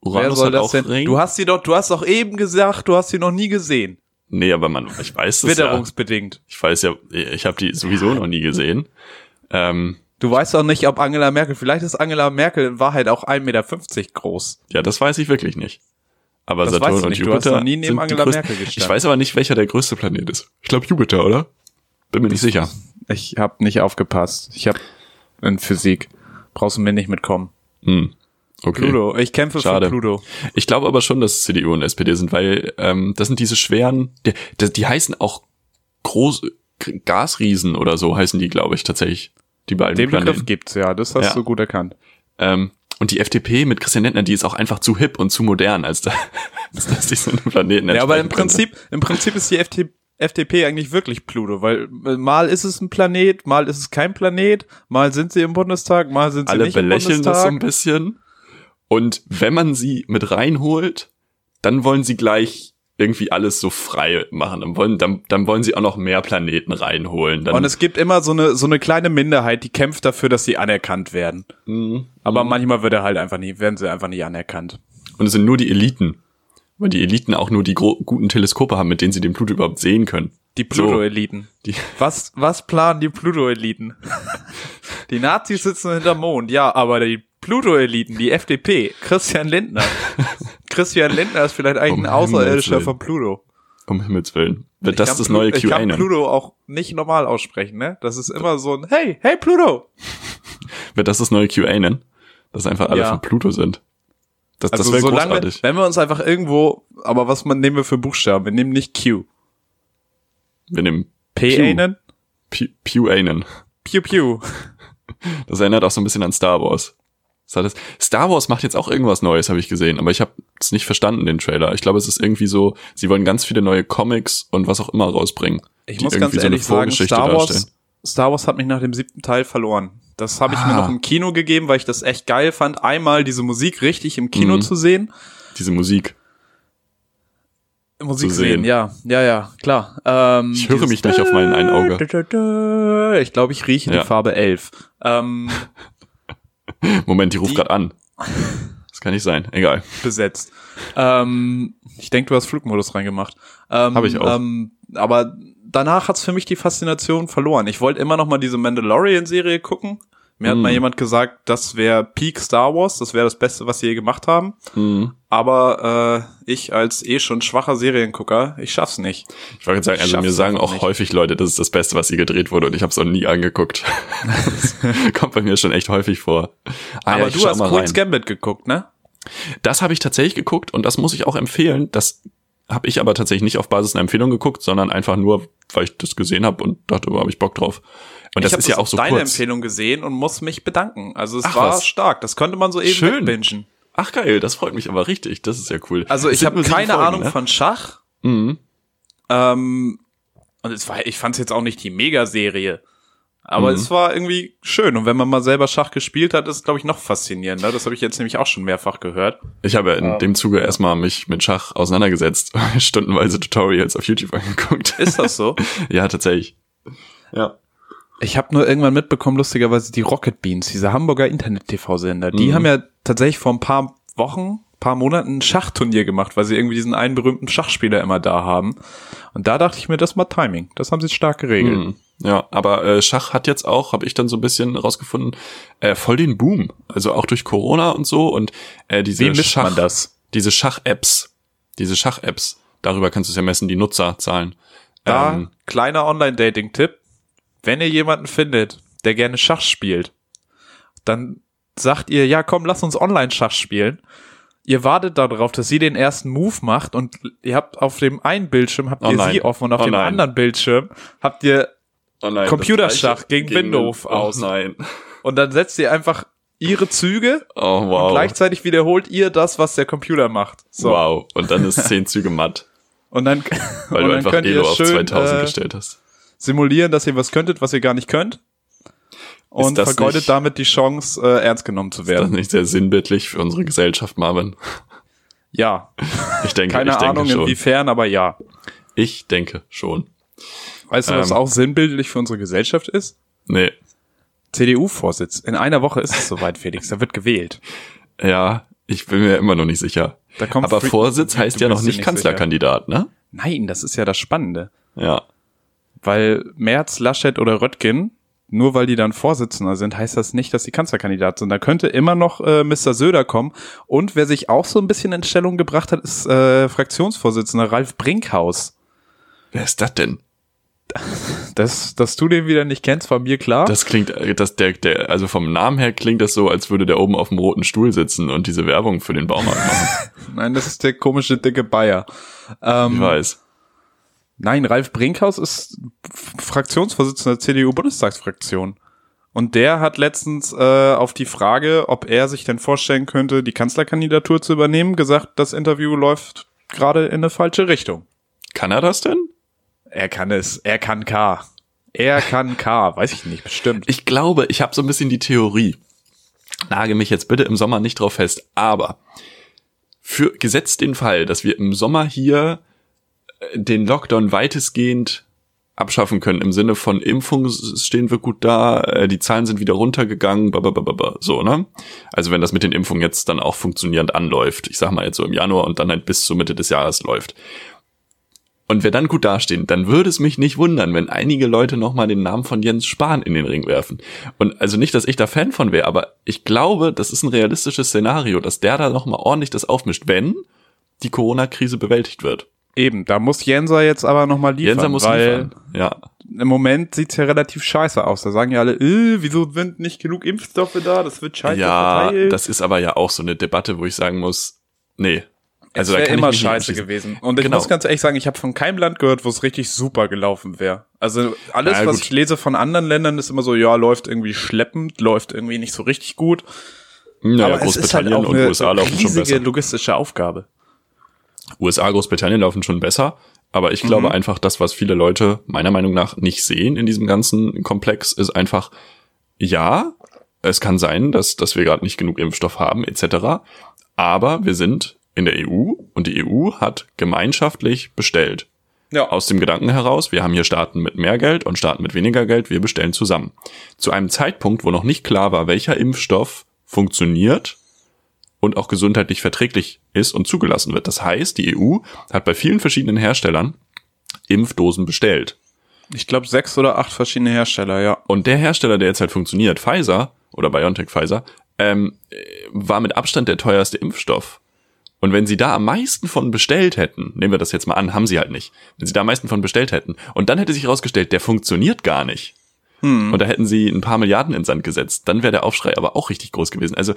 [SPEAKER 1] Uranus hat auch Ring.
[SPEAKER 3] Du hast sie doch, du hast doch eben gesagt, du hast sie noch nie gesehen.
[SPEAKER 1] nee, aber man, ich weiß es ja.
[SPEAKER 3] Witterungsbedingt.
[SPEAKER 1] Ich weiß ja, ich habe die sowieso noch nie gesehen. Ähm,
[SPEAKER 3] Du weißt doch nicht, ob Angela Merkel, vielleicht ist Angela Merkel in Wahrheit auch 1,50 Meter groß.
[SPEAKER 1] Ja, das weiß ich wirklich nicht. Aber
[SPEAKER 3] Das
[SPEAKER 1] Saturn
[SPEAKER 3] weißt du
[SPEAKER 1] und
[SPEAKER 3] nicht. Du
[SPEAKER 1] Jupiter.
[SPEAKER 3] hast noch nie neben
[SPEAKER 1] sind die
[SPEAKER 3] Angela
[SPEAKER 1] größten-
[SPEAKER 3] Merkel gestanden.
[SPEAKER 1] Ich weiß aber nicht, welcher der größte Planet ist. Ich glaube Jupiter, oder? Bin mir nicht sicher.
[SPEAKER 3] Ich habe nicht aufgepasst. Ich habe in Physik. Brauchst du mir nicht mitkommen.
[SPEAKER 1] Hm. Okay.
[SPEAKER 3] Pluto, ich kämpfe
[SPEAKER 1] Schade.
[SPEAKER 3] für Pluto.
[SPEAKER 1] Ich glaube aber schon, dass es CDU und SPD sind, weil ähm, das sind diese schweren, die, die, die heißen auch groß Gasriesen oder so heißen die, glaube ich, tatsächlich. Die beiden
[SPEAKER 3] Den
[SPEAKER 1] Planeten.
[SPEAKER 3] Begriff gibt's ja, das hast
[SPEAKER 1] Ja.
[SPEAKER 3] du gut erkannt.
[SPEAKER 1] Ähm, und die FDP mit Christian Lindner, die ist auch einfach zu hip und zu modern, als, da, als dass die so einen Planeten
[SPEAKER 3] Ja, aber im
[SPEAKER 1] entsprechen könnte.
[SPEAKER 3] Prinzip, im Prinzip ist die FT, FDP eigentlich wirklich Pluto, weil äh, mal ist es ein Planet, mal ist es kein Planet, mal sind sie im Bundestag, mal sind sie
[SPEAKER 1] alle
[SPEAKER 3] nicht im
[SPEAKER 1] belächeln das so ein
[SPEAKER 3] Bundestag.
[SPEAKER 1] bisschen. Und wenn man sie mit reinholt, dann wollen sie gleich irgendwie alles so frei machen. Dann wollen, dann, dann wollen sie auch noch mehr Planeten reinholen. Dann,
[SPEAKER 3] Und es gibt immer so eine, so eine kleine Minderheit, die kämpft dafür, dass sie anerkannt werden.
[SPEAKER 1] Mhm.
[SPEAKER 3] Aber manchmal wird er halt einfach nie, werden sie einfach nicht anerkannt.
[SPEAKER 1] Und es sind nur die Eliten. Weil die Eliten auch nur die gro- guten Teleskope haben, mit denen sie den Pluto überhaupt sehen können.
[SPEAKER 3] Die Pluto-Eliten.
[SPEAKER 1] Die-
[SPEAKER 3] Was, was planen die Pluto-Eliten? die Nazis sitzen hinterm Mond, ja, aber die Pluto-Eliten, die FDP, Christian Lindner. Christian Lindner ist vielleicht eigentlich
[SPEAKER 1] Um
[SPEAKER 3] ein
[SPEAKER 1] Himmels
[SPEAKER 3] Außerirdischer
[SPEAKER 1] Willen.
[SPEAKER 3] von Pluto.
[SPEAKER 1] So. Um Himmels Willen. Wird das
[SPEAKER 3] kann
[SPEAKER 1] das
[SPEAKER 3] Plu-
[SPEAKER 1] neue
[SPEAKER 3] Ich kann
[SPEAKER 1] QAnon?
[SPEAKER 3] Pluto auch nicht normal aussprechen, ne? Das ist immer so ein Hey, hey Pluto!
[SPEAKER 1] Wird das das neue QAnon? Dass einfach alle
[SPEAKER 3] Ja.
[SPEAKER 1] von Pluto sind. Das, das wäre
[SPEAKER 3] solange-
[SPEAKER 1] großartig.
[SPEAKER 3] Also Wenn wir uns einfach irgendwo, aber was man, nehmen wir für Buchstaben? Wir nehmen nicht Q.
[SPEAKER 1] Wir nehmen
[SPEAKER 3] P-Anen?
[SPEAKER 1] Pu- QAnon.
[SPEAKER 3] Pew Pew.
[SPEAKER 1] Das erinnert auch so ein bisschen an Star Wars. Das hat es- Star Wars macht jetzt auch irgendwas Neues, habe ich gesehen, aber ich habe es nicht verstanden, den Trailer. Ich glaube, es ist irgendwie so, sie wollen ganz viele neue Comics und was auch immer rausbringen.
[SPEAKER 3] Ich
[SPEAKER 1] die
[SPEAKER 3] muss ganz
[SPEAKER 1] irgendwie so eine
[SPEAKER 3] ehrlich sagen,
[SPEAKER 1] Vorgeschichte
[SPEAKER 3] Star Wars,
[SPEAKER 1] darstellen.
[SPEAKER 3] Star Wars hat mich nach dem siebten Teil verloren. Das habe ich mir
[SPEAKER 1] Ah.
[SPEAKER 3] noch im Kino gegeben, weil ich das echt geil fand, einmal diese Musik richtig im Kino
[SPEAKER 1] Mhm.
[SPEAKER 3] zu sehen.
[SPEAKER 1] Diese Musik.
[SPEAKER 3] Musik
[SPEAKER 1] Zu sehen.
[SPEAKER 3] sehen. ja, ja, ja, klar. Ähm,
[SPEAKER 1] Ich höre
[SPEAKER 3] dieses-
[SPEAKER 1] mich nicht auf meinen einen
[SPEAKER 3] Auge. Ich glaube, ich rieche
[SPEAKER 1] Ja.
[SPEAKER 3] die Farbe 11. Ähm,
[SPEAKER 1] Moment, die ruft
[SPEAKER 3] Die-
[SPEAKER 1] gerade an. Das kann nicht sein. Egal.
[SPEAKER 3] besetzt. ähm, ich denke, du hast Flugmodus reingemacht. Ähm,
[SPEAKER 1] Hab ich auch.
[SPEAKER 3] Ähm, aber danach hat's für mich die Faszination verloren. Ich wollte immer noch mal diese Mandalorian-Serie gucken. Mir hat
[SPEAKER 1] Mm.
[SPEAKER 3] mal jemand gesagt, das wäre Peak Star Wars, das wäre das Beste, was sie je gemacht haben.
[SPEAKER 1] Hm.
[SPEAKER 3] Aber äh, ich als eh schon schwacher Seriengucker, ich schaff's nicht.
[SPEAKER 1] Ich wollte gerade sagen,
[SPEAKER 3] Ich
[SPEAKER 1] also mir
[SPEAKER 3] schaff's
[SPEAKER 1] sagen
[SPEAKER 3] einfach
[SPEAKER 1] auch
[SPEAKER 3] nicht.
[SPEAKER 1] häufig Leute, das ist das Beste, was hier gedreht wurde und ich habe es auch nie angeguckt. das kommt bei mir schon echt häufig vor. Ah,
[SPEAKER 3] aber
[SPEAKER 1] ich
[SPEAKER 3] du
[SPEAKER 1] schau
[SPEAKER 3] hast
[SPEAKER 1] mal
[SPEAKER 3] Queen's
[SPEAKER 1] rein.
[SPEAKER 3] Gambit geguckt, ne?
[SPEAKER 1] Das habe ich tatsächlich geguckt und das muss ich auch empfehlen. Das habe ich aber tatsächlich nicht auf Basis einer Empfehlung geguckt, sondern einfach nur, weil ich das gesehen habe und dachte, da habe ich Bock drauf. Und das
[SPEAKER 3] ich hab
[SPEAKER 1] ist ja
[SPEAKER 3] das
[SPEAKER 1] auch so
[SPEAKER 3] deine
[SPEAKER 1] kurz.
[SPEAKER 3] Empfehlung gesehen und muss mich bedanken. Also es
[SPEAKER 1] Ach,
[SPEAKER 3] war
[SPEAKER 1] was.
[SPEAKER 3] stark. Das konnte man so
[SPEAKER 1] Schön.
[SPEAKER 3] eben bingen.
[SPEAKER 1] Ach geil, das freut mich aber richtig. Das ist ja cool.
[SPEAKER 3] Also
[SPEAKER 1] Es
[SPEAKER 3] ich
[SPEAKER 1] sind
[SPEAKER 3] habe
[SPEAKER 1] nur sieben
[SPEAKER 3] keine
[SPEAKER 1] Folgen,
[SPEAKER 3] Ahnung
[SPEAKER 1] ne?
[SPEAKER 3] von Schach.
[SPEAKER 1] Mhm.
[SPEAKER 3] Ähm, und es war, ich fand es jetzt auch nicht die Megaserie. Aber es war irgendwie schön. Und wenn man mal selber Schach gespielt hat, ist es, glaube ich, noch faszinierender. Das habe ich jetzt nämlich auch schon mehrfach gehört.
[SPEAKER 1] Ich habe in dem Zuge erstmal mich mit Schach auseinandergesetzt, stundenweise Tutorials auf YouTube angeguckt.
[SPEAKER 3] Ist das so?
[SPEAKER 1] ja, tatsächlich. Ja.
[SPEAKER 3] ich habe nur irgendwann mitbekommen, lustigerweise, die Rocket Beans, diese Hamburger Internet-TV-Sender, die
[SPEAKER 1] Mhm.
[SPEAKER 3] haben ja tatsächlich vor ein paar Wochen, paar Monaten ein Schachturnier gemacht, weil sie irgendwie diesen einen berühmten Schachspieler immer da haben. Und da dachte ich mir, das ist mal Timing. Das haben sie stark geregelt.
[SPEAKER 1] Mhm. Ja, aber äh, Schach hat jetzt auch, habe ich dann so ein bisschen rausgefunden, äh, voll den Boom. Also auch durch Corona und so und äh, diese
[SPEAKER 3] Wie misst
[SPEAKER 1] Schach,
[SPEAKER 3] man das?
[SPEAKER 1] diese Schach-Apps, diese Schach-Apps, darüber kannst du es ja messen, die Nutzerzahlen.
[SPEAKER 3] Da,
[SPEAKER 1] Ähm,
[SPEAKER 3] kleiner Online-Dating-Tipp. Wenn ihr jemanden findet, der gerne Schach spielt, dann sagt ihr, ja komm, lass uns Online-Schach spielen. Ihr wartet darauf, dass sie den ersten Move macht und ihr habt auf dem einen Bildschirm habt
[SPEAKER 1] Oh
[SPEAKER 3] ihr
[SPEAKER 1] nein.
[SPEAKER 3] sie offen und auf
[SPEAKER 1] Oh
[SPEAKER 3] dem
[SPEAKER 1] nein.
[SPEAKER 3] anderen Bildschirm habt ihr
[SPEAKER 1] oh nein, das
[SPEAKER 3] Computerschach
[SPEAKER 1] Gleiche
[SPEAKER 3] gegen Windows
[SPEAKER 1] oh
[SPEAKER 3] aus.
[SPEAKER 1] Nein.
[SPEAKER 3] und dann setzt ihr einfach ihre Züge
[SPEAKER 1] Oh
[SPEAKER 3] und
[SPEAKER 1] wow.
[SPEAKER 3] gleichzeitig wiederholt ihr das, was der Computer macht. So.
[SPEAKER 1] Wow. Und dann ist zehn Züge matt,
[SPEAKER 3] Und dann,
[SPEAKER 1] weil
[SPEAKER 3] und
[SPEAKER 1] du
[SPEAKER 3] dann
[SPEAKER 1] einfach
[SPEAKER 3] könnt
[SPEAKER 1] Elo
[SPEAKER 3] ihr
[SPEAKER 1] auf
[SPEAKER 3] schön
[SPEAKER 1] 2000
[SPEAKER 3] äh,
[SPEAKER 1] gestellt hast.
[SPEAKER 3] simulieren, dass ihr was könntet, was ihr gar nicht könnt. Und
[SPEAKER 1] das
[SPEAKER 3] vergeudet
[SPEAKER 1] nicht-
[SPEAKER 3] damit die Chance, äh, ernst genommen zu
[SPEAKER 1] Ist das
[SPEAKER 3] werden.
[SPEAKER 1] nicht sehr sinnbildlich für unsere Gesellschaft, Marvin?
[SPEAKER 3] Ja,
[SPEAKER 1] Ich denke,
[SPEAKER 3] keine
[SPEAKER 1] ich denke
[SPEAKER 3] Ahnung
[SPEAKER 1] schon.
[SPEAKER 3] inwiefern, aber ja.
[SPEAKER 1] Ich denke schon.
[SPEAKER 3] Weißt du, was
[SPEAKER 1] Ähm.
[SPEAKER 3] auch sinnbildlich für unsere Gesellschaft ist?
[SPEAKER 1] Nee.
[SPEAKER 3] CDU-Vorsitz. In einer Woche ist es soweit, Felix. Da wird gewählt.
[SPEAKER 1] Ja, ich bin mir immer noch nicht sicher.
[SPEAKER 3] Da kommt
[SPEAKER 1] Aber
[SPEAKER 3] Free-
[SPEAKER 1] Vorsitz heißt
[SPEAKER 3] Du
[SPEAKER 1] ja noch
[SPEAKER 3] bist dir
[SPEAKER 1] nicht Kanzlerkandidat, ne?
[SPEAKER 3] sicher. Nein, das ist ja das Spannende.
[SPEAKER 1] Ja.
[SPEAKER 3] Weil Merz, Laschet oder Röttgen, nur weil die dann Vorsitzender sind, heißt das nicht, dass sie Kanzlerkandidat sind. Da könnte immer noch äh, Mr. Söder kommen. Und wer sich auch so ein bisschen in Stellung gebracht hat, ist äh, Fraktionsvorsitzender Ralf Brinkhaus.
[SPEAKER 1] Wer ist das denn?
[SPEAKER 3] Dass, dass du den wieder nicht kennst, war mir klar.
[SPEAKER 1] Das klingt, äh, das, der, der, also vom Namen her klingt das so, als würde der oben auf dem roten Stuhl sitzen und diese Werbung für den Baumarkt machen.
[SPEAKER 3] Nein, das ist der komische dicke Bayer.
[SPEAKER 1] Ich
[SPEAKER 3] Ähm,
[SPEAKER 1] weiß.
[SPEAKER 3] nein, Ralf Brinkhaus ist F- Fraktionsvorsitzender der CDU-Bundestagsfraktion. Und der hat letztens äh, auf die Frage, ob er sich denn vorstellen könnte, die Kanzlerkandidatur zu übernehmen, gesagt, das Interview läuft gerade in eine falsche Richtung.
[SPEAKER 1] Kann er das denn?
[SPEAKER 3] Er kann es. Er kann K. Er kann K. Weiß ich nicht, bestimmt.
[SPEAKER 1] Ich glaube, ich habe so ein bisschen die Theorie. Nage mich jetzt bitte im Sommer nicht drauf fest, aber für gesetzt den Fall, dass wir im Sommer hier äh, den Lockdown weitestgehend abschaffen können, im Sinne von Impfung s- stehen wir gut da, äh, die Zahlen sind wieder runtergegangen, bababababa, so, ne? Also wenn das mit den Impfungen jetzt dann auch funktionierend anläuft, ich sag mal jetzt so im Januar und dann halt bis zur Mitte des Jahres läuft. Und wir dann gut dastehen, dann würde es mich nicht wundern, wenn einige Leute nochmal den Namen von Jens Spahn in den Ring werfen. Und also nicht, dass ich da Fan von wäre, aber ich glaube, das ist ein realistisches Szenario, dass der da nochmal ordentlich das aufmischt, wenn die Corona-Krise bewältigt wird.
[SPEAKER 3] Eben, da muss Jenser jetzt aber nochmal liefern.
[SPEAKER 1] Jenser muss
[SPEAKER 3] weil
[SPEAKER 1] liefern. Ja.
[SPEAKER 3] im Moment sieht's ja relativ scheiße aus. Da sagen ja alle, äh, wieso sind nicht genug Impfstoffe da? Das wird scheiße
[SPEAKER 1] Ja,
[SPEAKER 3] verteilt.
[SPEAKER 1] das ist aber ja auch so eine Debatte, wo ich sagen muss, nee. Also
[SPEAKER 3] Es
[SPEAKER 1] da
[SPEAKER 3] wär
[SPEAKER 1] kann
[SPEAKER 3] immer
[SPEAKER 1] ich mich nicht
[SPEAKER 3] scheiße
[SPEAKER 1] anschließen.
[SPEAKER 3] gewesen. Und ich
[SPEAKER 1] Genau.
[SPEAKER 3] muss ganz ehrlich sagen, ich habe von keinem Land gehört, wo es richtig super gelaufen wäre. Also alles,
[SPEAKER 1] Ja,
[SPEAKER 3] was
[SPEAKER 1] gut.
[SPEAKER 3] ich lese von anderen Ländern, ist immer so, ja, läuft irgendwie schleppend, läuft irgendwie nicht so richtig gut.
[SPEAKER 1] Naja,
[SPEAKER 3] Aber es ist halt
[SPEAKER 1] Großbritannien
[SPEAKER 3] auch
[SPEAKER 1] und
[SPEAKER 3] eine
[SPEAKER 1] USA laufen schon
[SPEAKER 3] riesige
[SPEAKER 1] besser.
[SPEAKER 3] logistische Aufgabe.
[SPEAKER 1] USA, Großbritannien laufen schon besser. Aber ich glaube einfach, das, was viele Leute meiner Meinung nach nicht sehen in diesem ganzen Komplex, ist einfach, ja, es kann sein, dass, dass wir gerade nicht genug Impfstoff haben, etc. Aber wir sind in der EU und die EU hat gemeinschaftlich bestellt.
[SPEAKER 3] Ja.
[SPEAKER 1] Aus dem Gedanken heraus, wir haben hier Staaten mit mehr Geld und Staaten mit weniger Geld, wir bestellen zusammen. Zu einem Zeitpunkt, wo noch nicht klar war, welcher Impfstoff funktioniert und auch gesundheitlich verträglich ist und zugelassen wird. Das heißt, die EU hat bei vielen verschiedenen Herstellern Impfdosen bestellt.
[SPEAKER 3] Ich glaube, sechs oder acht verschiedene Hersteller, ja.
[SPEAKER 1] Und der Hersteller, der jetzt halt funktioniert, Pfizer oder BioNTech Pfizer, ähm, äh, war mit Abstand der teuerste Impfstoff. Und wenn sie da am meisten von bestellt hätten, nehmen wir das jetzt mal an, haben sie halt nicht. Wenn sie da am meisten von bestellt hätten, und dann hätte sich herausgestellt, der funktioniert gar nicht. Und da hätten sie ein paar Milliarden ins Sand gesetzt. Dann wäre der Aufschrei aber auch richtig groß gewesen. Also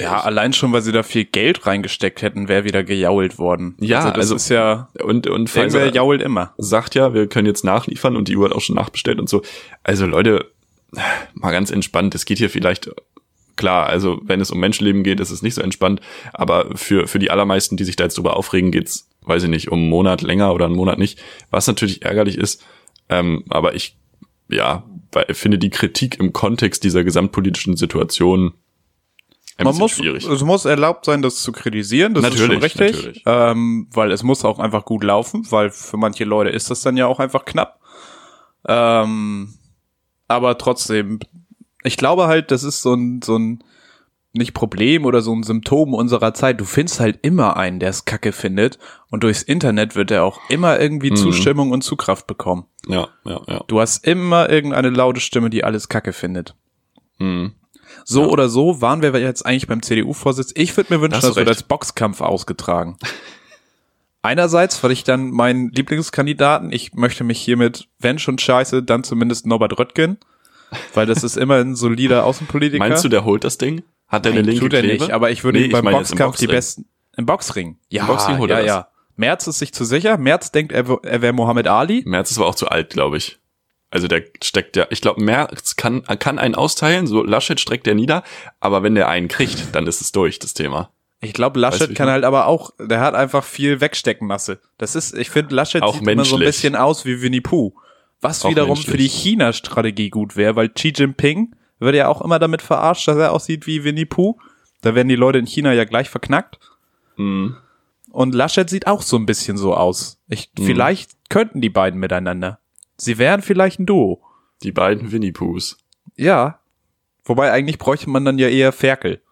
[SPEAKER 3] Ja, allein schon, weil sie da viel Geld reingesteckt hätten, wäre wieder gejault worden.
[SPEAKER 1] Ja,
[SPEAKER 3] also das
[SPEAKER 1] also-
[SPEAKER 3] ist ja,
[SPEAKER 1] und und
[SPEAKER 3] irgendwer jault immer.
[SPEAKER 1] sagt ja, wir können jetzt nachliefern und die Uhr hat auch schon nachbestellt und so. Also Leute, mal ganz entspannt, es geht hier vielleicht klar, also wenn es um Menschenleben geht, ist es nicht so entspannt, aber für für die allermeisten, die sich da jetzt drüber aufregen, geht's, weiß ich nicht, um einen Monat länger oder einen Monat nicht, was natürlich ärgerlich ist, ähm, aber ich ja, weil, finde die Kritik im Kontext dieser gesamtpolitischen Situation ein
[SPEAKER 3] Man
[SPEAKER 1] bisschen
[SPEAKER 3] muss, äh,
[SPEAKER 1] schwierig.
[SPEAKER 3] es muss erlaubt sein, das zu kritisieren, das ist schon
[SPEAKER 1] Natürlich,
[SPEAKER 3] richtig,
[SPEAKER 1] natürlich.
[SPEAKER 3] Ähm, weil es muss auch einfach gut laufen, weil für manche Leute ist das dann ja auch einfach knapp. Ähm, aber trotzdem, ich glaube halt, das ist so ein, so ein, nicht Problem oder so ein Symptom unserer Zeit. Du findest halt immer einen, der es kacke findet und durchs Internet wird er auch immer
[SPEAKER 1] Mhm.
[SPEAKER 3] irgendwie Zustimmung und Zugkraft bekommen.
[SPEAKER 1] Ja, ja, ja.
[SPEAKER 3] Du hast immer irgendeine laute Stimme, die alles kacke findet.
[SPEAKER 1] Hm.
[SPEAKER 3] So oder so waren wir jetzt eigentlich beim CDU-Vorsitz. Ich würde mir wünschen,
[SPEAKER 1] Da hast du
[SPEAKER 3] das wird
[SPEAKER 1] recht.
[SPEAKER 3] als Boxkampf ausgetragen. Einerseits, weil ich dann meinen Lieblingskandidaten, ich möchte mich hiermit, wenn schon scheiße, dann zumindest Norbert Röttgen, weil das ist immer ein solider Außenpolitiker.
[SPEAKER 1] Meinst du, der holt das Ding? Hat der eine linke
[SPEAKER 3] tut er
[SPEAKER 1] Klebe?
[SPEAKER 3] nicht, aber ich würde
[SPEAKER 1] Nee,
[SPEAKER 3] ihm beim
[SPEAKER 1] meine jetzt im
[SPEAKER 3] Boxkampf die
[SPEAKER 1] Boxring.
[SPEAKER 3] besten, im Boxring. Ja,
[SPEAKER 1] Boxring holt
[SPEAKER 3] ja,
[SPEAKER 1] er das.
[SPEAKER 3] ja. Merz ist sich zu sicher. Merz denkt, er, w- er wäre Mohammed Ali.
[SPEAKER 1] Merz ist aber auch zu alt, glaube ich. Also der steckt ja, ich glaube, Merz kann, kann einen austeilen, so Laschet streckt er nieder, aber wenn der einen kriegt, dann ist es durch, das Thema.
[SPEAKER 3] Ich glaube,
[SPEAKER 1] Weißt du,
[SPEAKER 3] Laschet
[SPEAKER 1] ich
[SPEAKER 3] kann
[SPEAKER 1] mein-
[SPEAKER 3] halt aber auch, der hat einfach viel Wegsteckenmasse. Das ist, ich finde, Laschet
[SPEAKER 1] Auch
[SPEAKER 3] sieht immer so ein
[SPEAKER 1] menschlich.
[SPEAKER 3] bisschen aus wie Winnie Pooh. Was
[SPEAKER 1] Auch
[SPEAKER 3] wiederum
[SPEAKER 1] menschlich.
[SPEAKER 3] für die China-Strategie gut wäre, weil Xi Jinping wird ja auch immer damit verarscht, dass er aussieht wie Winnie Pooh. Da werden die Leute in China ja gleich verknackt.
[SPEAKER 1] Mhm.
[SPEAKER 3] Und Laschet sieht auch so ein bisschen so aus. Ich,
[SPEAKER 1] Mhm.
[SPEAKER 3] Vielleicht könnten die beiden miteinander. Sie wären vielleicht ein Duo.
[SPEAKER 1] Die beiden Winnie-Poos.
[SPEAKER 3] Ja. Wobei eigentlich bräuchte man dann ja eher Ferkel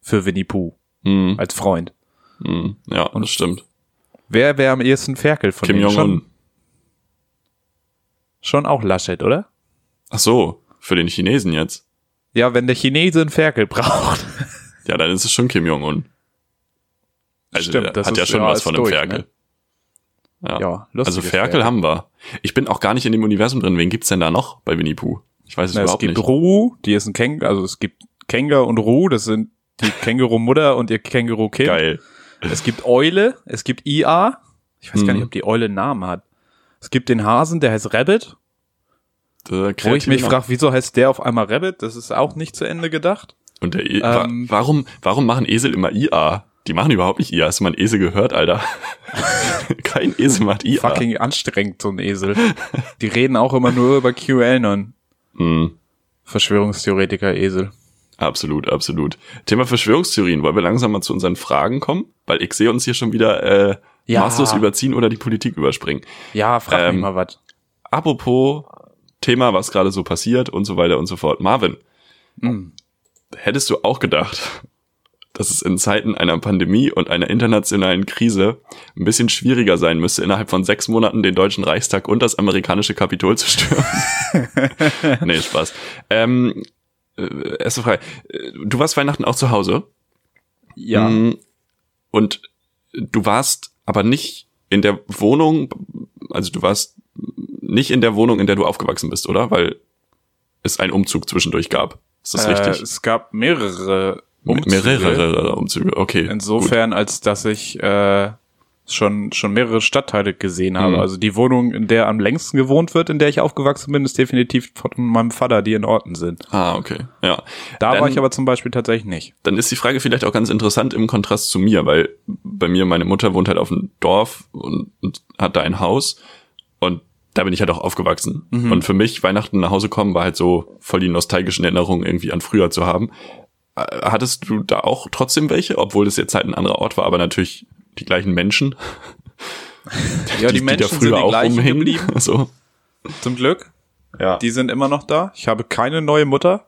[SPEAKER 3] für Winnie Pooh
[SPEAKER 1] Mhm.
[SPEAKER 3] als Freund.
[SPEAKER 1] Mhm. Ja, das stimmt.
[SPEAKER 3] Wer wäre am ehesten Ferkel von
[SPEAKER 1] Kim
[SPEAKER 3] denen? Schon-
[SPEAKER 1] Jong-un.
[SPEAKER 3] Schon auch Laschet, oder?
[SPEAKER 1] Ach so, für den Chinesen jetzt.
[SPEAKER 3] Ja, wenn der Chinese einen Ferkel braucht.
[SPEAKER 1] Ja, dann ist es schon Kim Jong-un. Also
[SPEAKER 3] Stimmt,
[SPEAKER 1] der
[SPEAKER 3] das
[SPEAKER 1] hat ja
[SPEAKER 3] ist-
[SPEAKER 1] schon
[SPEAKER 3] ja,
[SPEAKER 1] was
[SPEAKER 3] ist
[SPEAKER 1] von einem
[SPEAKER 3] durch,
[SPEAKER 1] Ferkel. Ja,
[SPEAKER 3] Ja,
[SPEAKER 1] also Ferkel,
[SPEAKER 3] lustiges Ferkel.
[SPEAKER 1] haben wir. Ich bin auch gar nicht in dem Universum drin. Wen gibt's denn da noch bei Winnie Pooh? Ich weiß es
[SPEAKER 3] Na, es
[SPEAKER 1] überhaupt
[SPEAKER 3] gibt
[SPEAKER 1] nicht.
[SPEAKER 3] Ru, die ist ein Känguru, also es gibt Känger und Ru, das sind die Känguru-Mutter und ihr Känguru-Kind.
[SPEAKER 1] Geil.
[SPEAKER 3] Es gibt Eule, es gibt IA. Ich weiß gar
[SPEAKER 1] Mhm.
[SPEAKER 3] nicht, ob die Eule einen Namen hat. Es gibt den Hasen, der heißt Rabbit.
[SPEAKER 1] Da
[SPEAKER 3] Wo ich mich frage, wieso heißt der auf einmal Rabbit? Das ist auch nicht zu Ende gedacht.
[SPEAKER 1] Und der e wa
[SPEAKER 3] Ähm.
[SPEAKER 1] warum, warum machen Esel immer IA? Die machen überhaupt nicht IA. Hast du mal einen Esel gehört, Alter? Kein Esel macht IA.
[SPEAKER 3] Fucking anstrengend, so ein Esel. die reden auch immer nur über QAnon.
[SPEAKER 1] Hm,
[SPEAKER 3] Verschwörungstheoretiker-Esel.
[SPEAKER 1] absolut, absolut. Thema Verschwörungstheorien. Wollen wir langsam mal zu unseren Fragen kommen? Weil ich sehe uns hier schon wieder äh,
[SPEAKER 3] Ja.
[SPEAKER 1] maßlos überziehen oder die Politik überspringen.
[SPEAKER 3] Ja, frag
[SPEAKER 1] Ähm,
[SPEAKER 3] mich mal was.
[SPEAKER 1] Apropos Thema, was gerade so passiert und so weiter und so fort. Marvin,
[SPEAKER 3] Mm.
[SPEAKER 1] hättest du auch gedacht, dass es in Zeiten einer Pandemie und einer internationalen Krise ein bisschen schwieriger sein müsste, innerhalb von sechs Monaten den Deutschen Reichstag und das amerikanische Kapitol zu stürmen? nee, Spaß. Ähm, äh, erste Frage. Äh, Du warst Weihnachten auch zu Hause.
[SPEAKER 3] Ja.
[SPEAKER 1] Mm, Und du warst aber nicht in der Wohnung, also du warst nicht in der Wohnung, in der du aufgewachsen bist, oder? Weil es einen Umzug zwischendurch gab. Ist das
[SPEAKER 3] Äh,
[SPEAKER 1] richtig?
[SPEAKER 3] es gab mehrere
[SPEAKER 1] Me-
[SPEAKER 3] Umzüge.
[SPEAKER 1] Mehrere Umzüge, okay.
[SPEAKER 3] Insofern, als dass ich äh, schon, schon mehrere Stadtteile gesehen habe.
[SPEAKER 1] Mhm.
[SPEAKER 3] Also die Wohnung, in der am längsten gewohnt wird, in der ich aufgewachsen bin, ist definitiv von meinem Vater, die in Orten sind.
[SPEAKER 1] Gut. Ah, okay. Ja.
[SPEAKER 3] Da
[SPEAKER 1] Dann-
[SPEAKER 3] war ich aber zum Beispiel tatsächlich nicht.
[SPEAKER 1] dann ist die Frage vielleicht auch ganz interessant im Kontrast zu mir, weil bei mir meine Mutter wohnt halt auf dem Dorf und, und hat da ein Haus und da bin ich halt auch aufgewachsen.
[SPEAKER 3] Mhm.
[SPEAKER 1] Und für mich Weihnachten nach Hause kommen war halt so voll die nostalgischen Erinnerungen irgendwie an früher zu haben. Äh, Hattest du da auch trotzdem welche, obwohl es jetzt halt ein anderer Ort war, aber natürlich die gleichen Menschen,
[SPEAKER 3] Ja,
[SPEAKER 1] So.
[SPEAKER 3] Zum Glück.
[SPEAKER 1] Ja.
[SPEAKER 3] Die sind immer noch da. Ich habe keine neue Mutter.